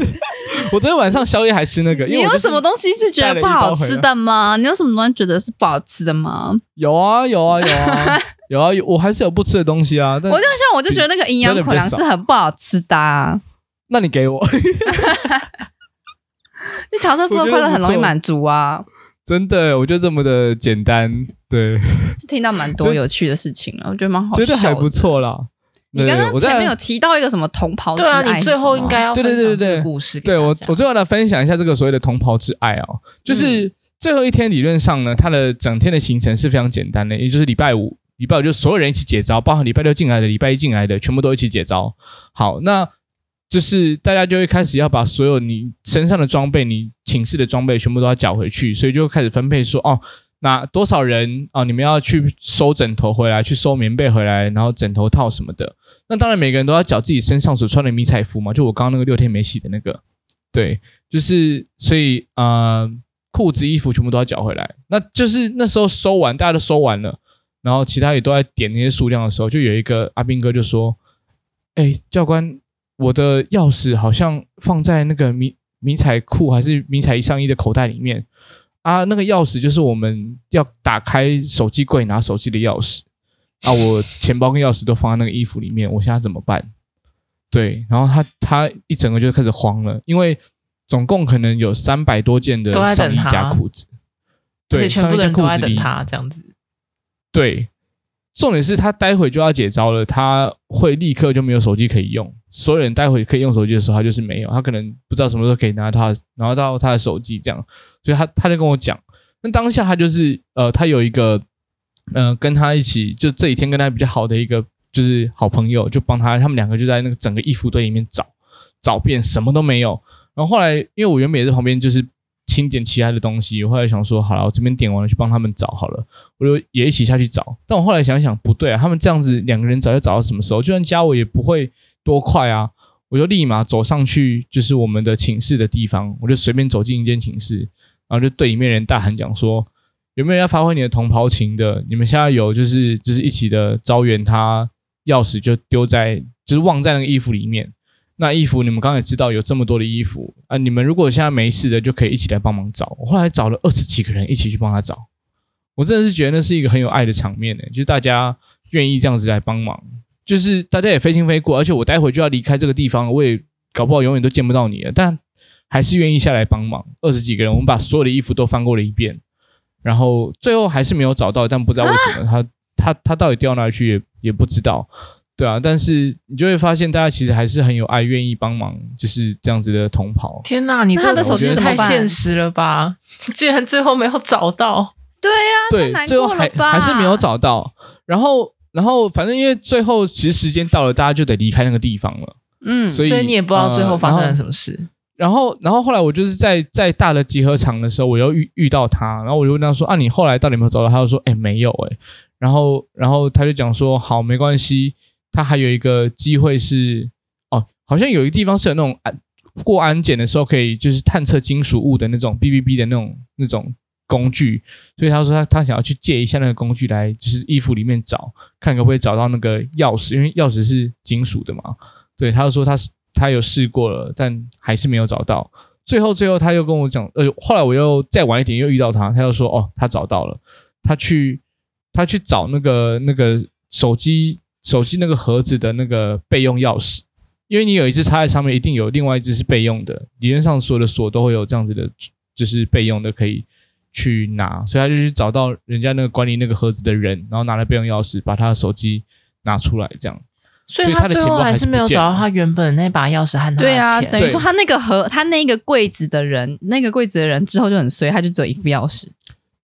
我昨天晚上宵夜还吃那个，因为
你
我
有
就是
什么东西是觉得不好吃的吗？你有什么东西觉得是不好吃的吗？
有啊有啊有 啊有啊，有我还是有不吃的东西啊，但
我就像我就觉得那个营养口粮
真的比较
是很不好吃的、啊，
那你给我。
就乔瑟夫的快乐很容易满足啊。
真的，我就这么的简单，对，
是听到蛮多有趣的事情了，我觉得蛮好
觉得还
笑
不
的。
错啦。
你
对
刚刚
我再
前面有提到一个什么同袍之
对
爱
啊，
是什么，
你最后应该要
对对对
分享这个
对
故事给
对我
大家
我最后来分享一下这个所谓的同袍之爱哦，就是最后一天理论上呢，它的整天的行程是非常简单的，也就是礼拜五，礼拜五就所有人一起解招，包含礼拜六进来的、礼拜一进来的，全部都一起解招。好，那就是大家就会开始要把所有你身上的装备、你寝室的装备全部都要缴回去，所以就开始分配说哦。那多少人啊、哦你们要去收枕头回来，去收棉被回来，然后枕头套什么的。那当然，每个人都要缴自己身上所穿的迷彩服嘛，就我刚刚那个六天没洗的那个。对，就是所以呃，裤子、衣服全部都要缴回来。那就是那时候收完，大家都收完了，然后其他也都在点那些数量的时候，就有一个阿兵哥就说：“哎、教官，我的钥匙好像放在那个迷迷彩裤还是迷彩上衣的口袋里面啊，那个钥匙就是我们要打开手机柜拿手机的钥匙啊，我钱包跟钥匙都放在那个衣服里面，我现在怎么办？”对，然后他他一整个就开始慌了，因为总共可能有三百多件的
都在
上
等
衣
他
加裤子，
而
对，
且全
上
部
衣
的
加
人
裤
都在
子
等
里
他这样子。
对，重点是他待会就要解招了，他会立刻就没有手机可以用。所有人待会可以用手机的时候，他就是没有，他可能不知道什么时候可以拿他拿到他的手机这样，所以他他就跟我讲，那当下他就是呃，他有一个呃跟他一起就这几天跟他比较好的一个就是好朋友，就帮他，他们两个就在那个整个衣服堆里面找找遍，什么都没有。然后后来因为我原本也在旁边就是清点其他的东西，我后来想说好了，我这边点完了去帮他们找好了。我就也一起下去找。但我后来想想不对啊，他们这样子两个人找要找到什么时候？就算加我也不会多快啊。我就立马走上去，就是我们的寝室的地方，我就随便走进一间寝室，然后就对里面人大喊讲说：“有没有人要发挥你的同袍情的？你们现在有就是就是一起的招员，他钥匙就丢在就是忘在那个衣服里面。那衣服你们刚才也知道有这么多的衣服啊，你们如果现在没事的，就可以一起来帮忙找。我后来找了二十几个人一起去帮他找。”我真的是觉得那是一个很有爱的场面呢、欸就是大家愿意这样子来帮忙，就是大家也非亲非故，而且我待会就要离开这个地方了，我也搞不好永远都见不到你了，但还是愿意下来帮忙。二十几个人，我们把所有的衣服都翻过了一遍，然后最后还是没有找到，但不知道为什么、他他他到底掉哪里去也也不知道。对啊，但是你就会发现，大家其实还是很有爱，愿意帮忙，就是这样子的同袍。
天哪，你
那
这
他
个
的
手
故事
机怎么
太
办
现实了吧！竟然最后没有找到，
对呀、啊，太
对，
难
最后
过了
还
吧？
还是没有找到。然后然后反正因为最后其实时间到了，大家就得离开那个地方了。
嗯，
所以
所以你也不知道最后发生
呃然
了
后
什么事。
然后，然后后来我就是在在大的集合场的时候，我又遇遇到他，然后我就问他说：“啊，你后来到底有没有找到？”他就说：“哎，没有哎。”然后，然后他就讲说：“好，没关系，他还有一个机会是哦，好像有一个地方是有那种安过安检的时候可以就是探测金属物的那种 B B B 的那种那种工具，所以他说他他想要去借一下那个工具来就是衣服里面找，看可不可以找到那个钥匙，因为钥匙是金属的嘛。”对，他就说他是他有试过了，但还是没有找到。最后最后他又跟我讲，呃，后来我又再晚一点又遇到他，他又说哦，他找到了，他去他去找那个那个手机手机那个盒子的那个备用钥匙，因为你有一只插在上面，一定有另外一只是备用的，理论上所有的锁都会有这样子的，就是备用的可以。去拿，所以他就去找到人家那个管理那个盒子的人，然后拿了备用钥匙，把他的手机拿出来，这样。
所
所
以
以
他
他的
最
钱
后
包还
还
是
是没有
不见
找到
了
他原本那把钥匙和他
对
的
啊，
钱。
等于
对
说他那个盒，他那个柜子的人，那个柜子的人之后就很衰，他就只有一副钥匙。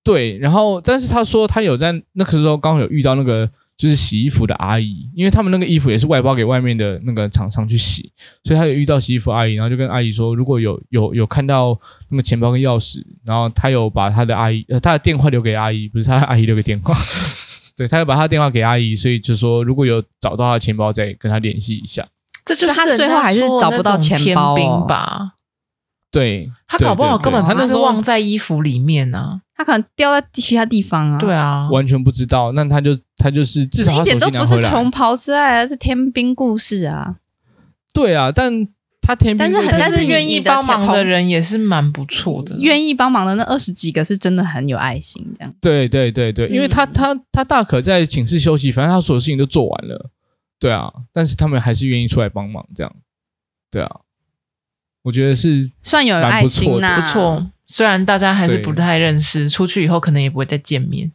对，然后但是他说他有在那个时候刚好有遇到那个就是洗衣服的阿姨，因为他们那个衣服也是外包给外面的那个厂商去洗，所以他有遇到洗衣服阿姨，然后就跟阿姨说，如果有有有看到那个钱包跟钥匙，然后他有把他的阿姨呃他的电话留给阿姨，不是他的阿姨留给电话， 对，他有把他的电话给阿姨，所以就说如果有找到他的钱包再跟他联系一下。
这就是
所以他最后还是找不到
人家说的那
钱包哦
种天兵吧？
对，
他搞不好
对对对
根本
他
不
那
是
时候
忘在衣服里面啊。
他可能掉在其他地方啊。
对，啊，
完全不知道，那他就他就是至少
一
他
点
手
都
机
不
拿
是
回来
同。袍之爱，啊，是天兵故事啊。
对啊，但他天
但
兵
是
卫
很
队
但
但
是
是
愿
愿
意
意
帮
帮
忙的
忙的
人也是蛮不错的。
愿意帮忙的那二十几个是真的很有爱心，这样。
对对对对，因为他、
嗯
他他大可在寝室休息，反正他所有事情都做完了，对啊，但是他们还是愿意出来帮忙，这样，对啊，我觉得是
算有爱心呐、
不错，虽然大家还是
对
不太认识，出去以后可能也不会再见面。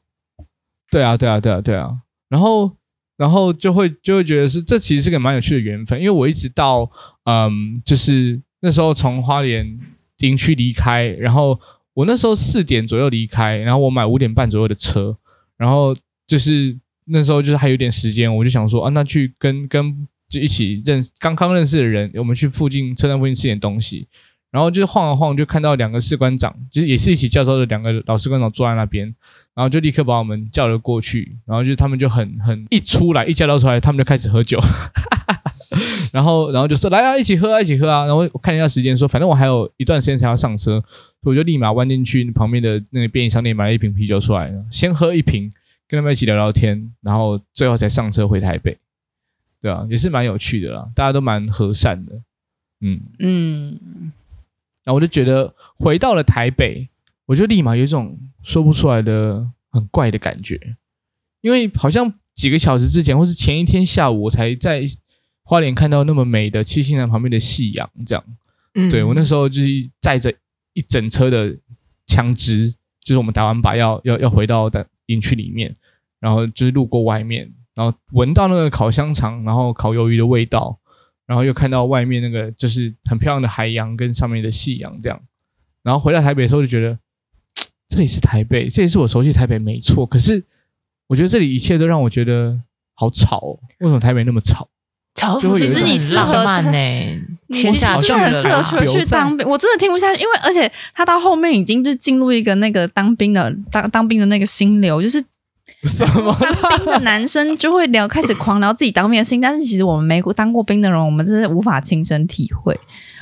对啊对啊对啊对啊，然后然后就会就会觉得是这其实是个蛮有趣的缘分，因为我一直到嗯，就是那时候从花莲营区离开，然后我那时候四点左右离开，然后我买五点半左右的车，然后就是那时候就是还有点时间，我就想说啊，那去跟跟就一起认刚刚认识的人，我们去附近车站附近吃点东西。然后就是晃啊晃，就看到两个士官长，就是也是一起教招的两个老士官长坐在那边，然后就立刻把我们叫了过去，然后就他们就很很一出来一叫到出来，他们就开始喝酒， 然后然后就说来啊，一起喝啊，一起喝啊。然后我看了一下时间，说反正我还有一段时间才要上车，所以我就立马弯进去旁边的那个便利商店买了一瓶啤酒出来，先喝一瓶，跟他们一起聊聊天，然后最后才上车回台北。对啊，也是蛮有趣的啦，大家都蛮和善的，嗯。
嗯，
然后我就觉得回到了台北，我就立马有一种说不出来的很怪的感觉，因为好像几个小时之前，或是前一天下午，我才在花莲看到那么美的七星山旁边的夕阳，这样。
嗯，
对我那时候就是载着一整车的枪支，就是我们打完靶要要要回到的营区里面，然后就是路过外面，然后闻到那个烤香肠，然后烤鱿鱼的味道，然后又看到外面那个就是很漂亮的海洋跟上面的夕阳这样，然后回到台北的时候就觉得这里是台北，这里是我熟悉的台北没错，可是我觉得这里一切都让我觉得好吵、哦，为什么台北那么吵？
乔夫
其实你
是
适
浪
合
漫
他
呢、
你
签
其实
下去
真的很适
了
合
啦
留
去去
在
当兵，我真的听不下去，因为而且他到后面已经就进入一个那个当兵的当当兵的那个心流，就是
什么？
当兵的男生就会聊，开始狂聊自己当兵的事情，但是其实我们没当过兵的人，我们真是无法亲身体会。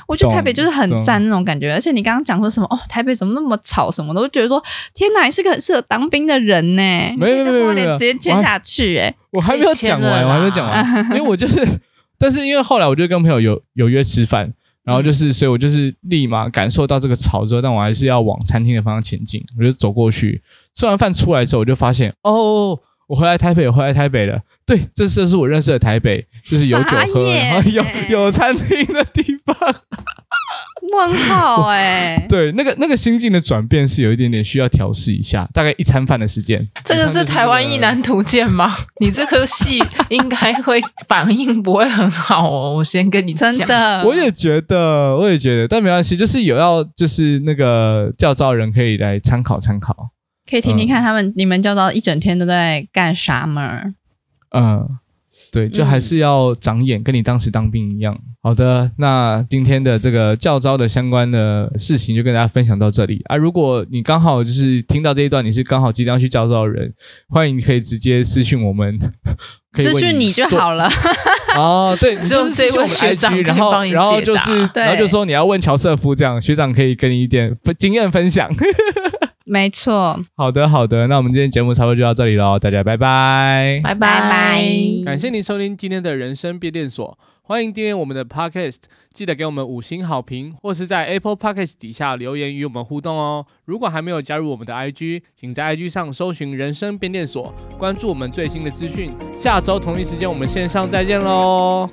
我觉得
懂
台北就是很赞那种感觉，而且你刚刚讲说什么哦，台北怎么那么吵什么的，我就觉得说天哪，你是个很适合当兵的人呢。
没有
你可以在
没有没有
花莲
没有
直接签下去哎、
我还没有讲
被签了
完，
啦
我还没有讲完，因为我就是，但是因为后来我就跟朋友有有约吃饭，然后
嗯
就是，所以我就是立马感受到这个吵之后，但我还是要往餐厅的方向前进，我就走过去，吃完饭出来之后，我就发现，哦，我回来台北，我回来台北了。对，这这是我认识的台北，就是有酒喝，
傻眼
然后有
欸
有餐厅的地方。
问号哎、
对，那个那个心境的转变是有一点点需要调试一下，大概一餐饭的时间。
这个
以上就是
台湾一
那
男图鉴吗？ 你这颗戏应该会 反应不会很好哦，我先跟你讲。
真的，
嗯
我也觉得，我也觉得，但没关系，就是有要，就是那个教招人可以来参考参考。
可以听听看他们、你们教导一整天都在干啥嘛？
嗯，对，就还是要长眼，跟你当时当兵一样。好的，那今天的这个教招的相关的事情就跟大家分享到这里啊。如果你刚好就是听到这一段，你是刚好即将去教招的人，欢迎你可以直接私讯我 们，可以
私
问
讯你就
做
好了。
哦，对，你
只有
就是
这
私讯
位
我们
学长
IG，
可以
然后
帮你
然后
解
就
答
是然后就
对
说你要问乔瑟夫这样，学长可以给你一点分经验分享。
没错，
好的，好的，那我们今天节目差不多就到这里喽，大家拜拜。
拜
拜
拜。
感谢您收听今天的人生变电所，欢迎订阅我们的 Podcast，记得给我们五星好评，或是在 Apple Podcast 底下留言与我们互动哦。如果还没有加入我们的 IG，请在 IG 上搜寻“人生变电所”，关注我们最新的资讯。下周同一时间我们线上再见喽，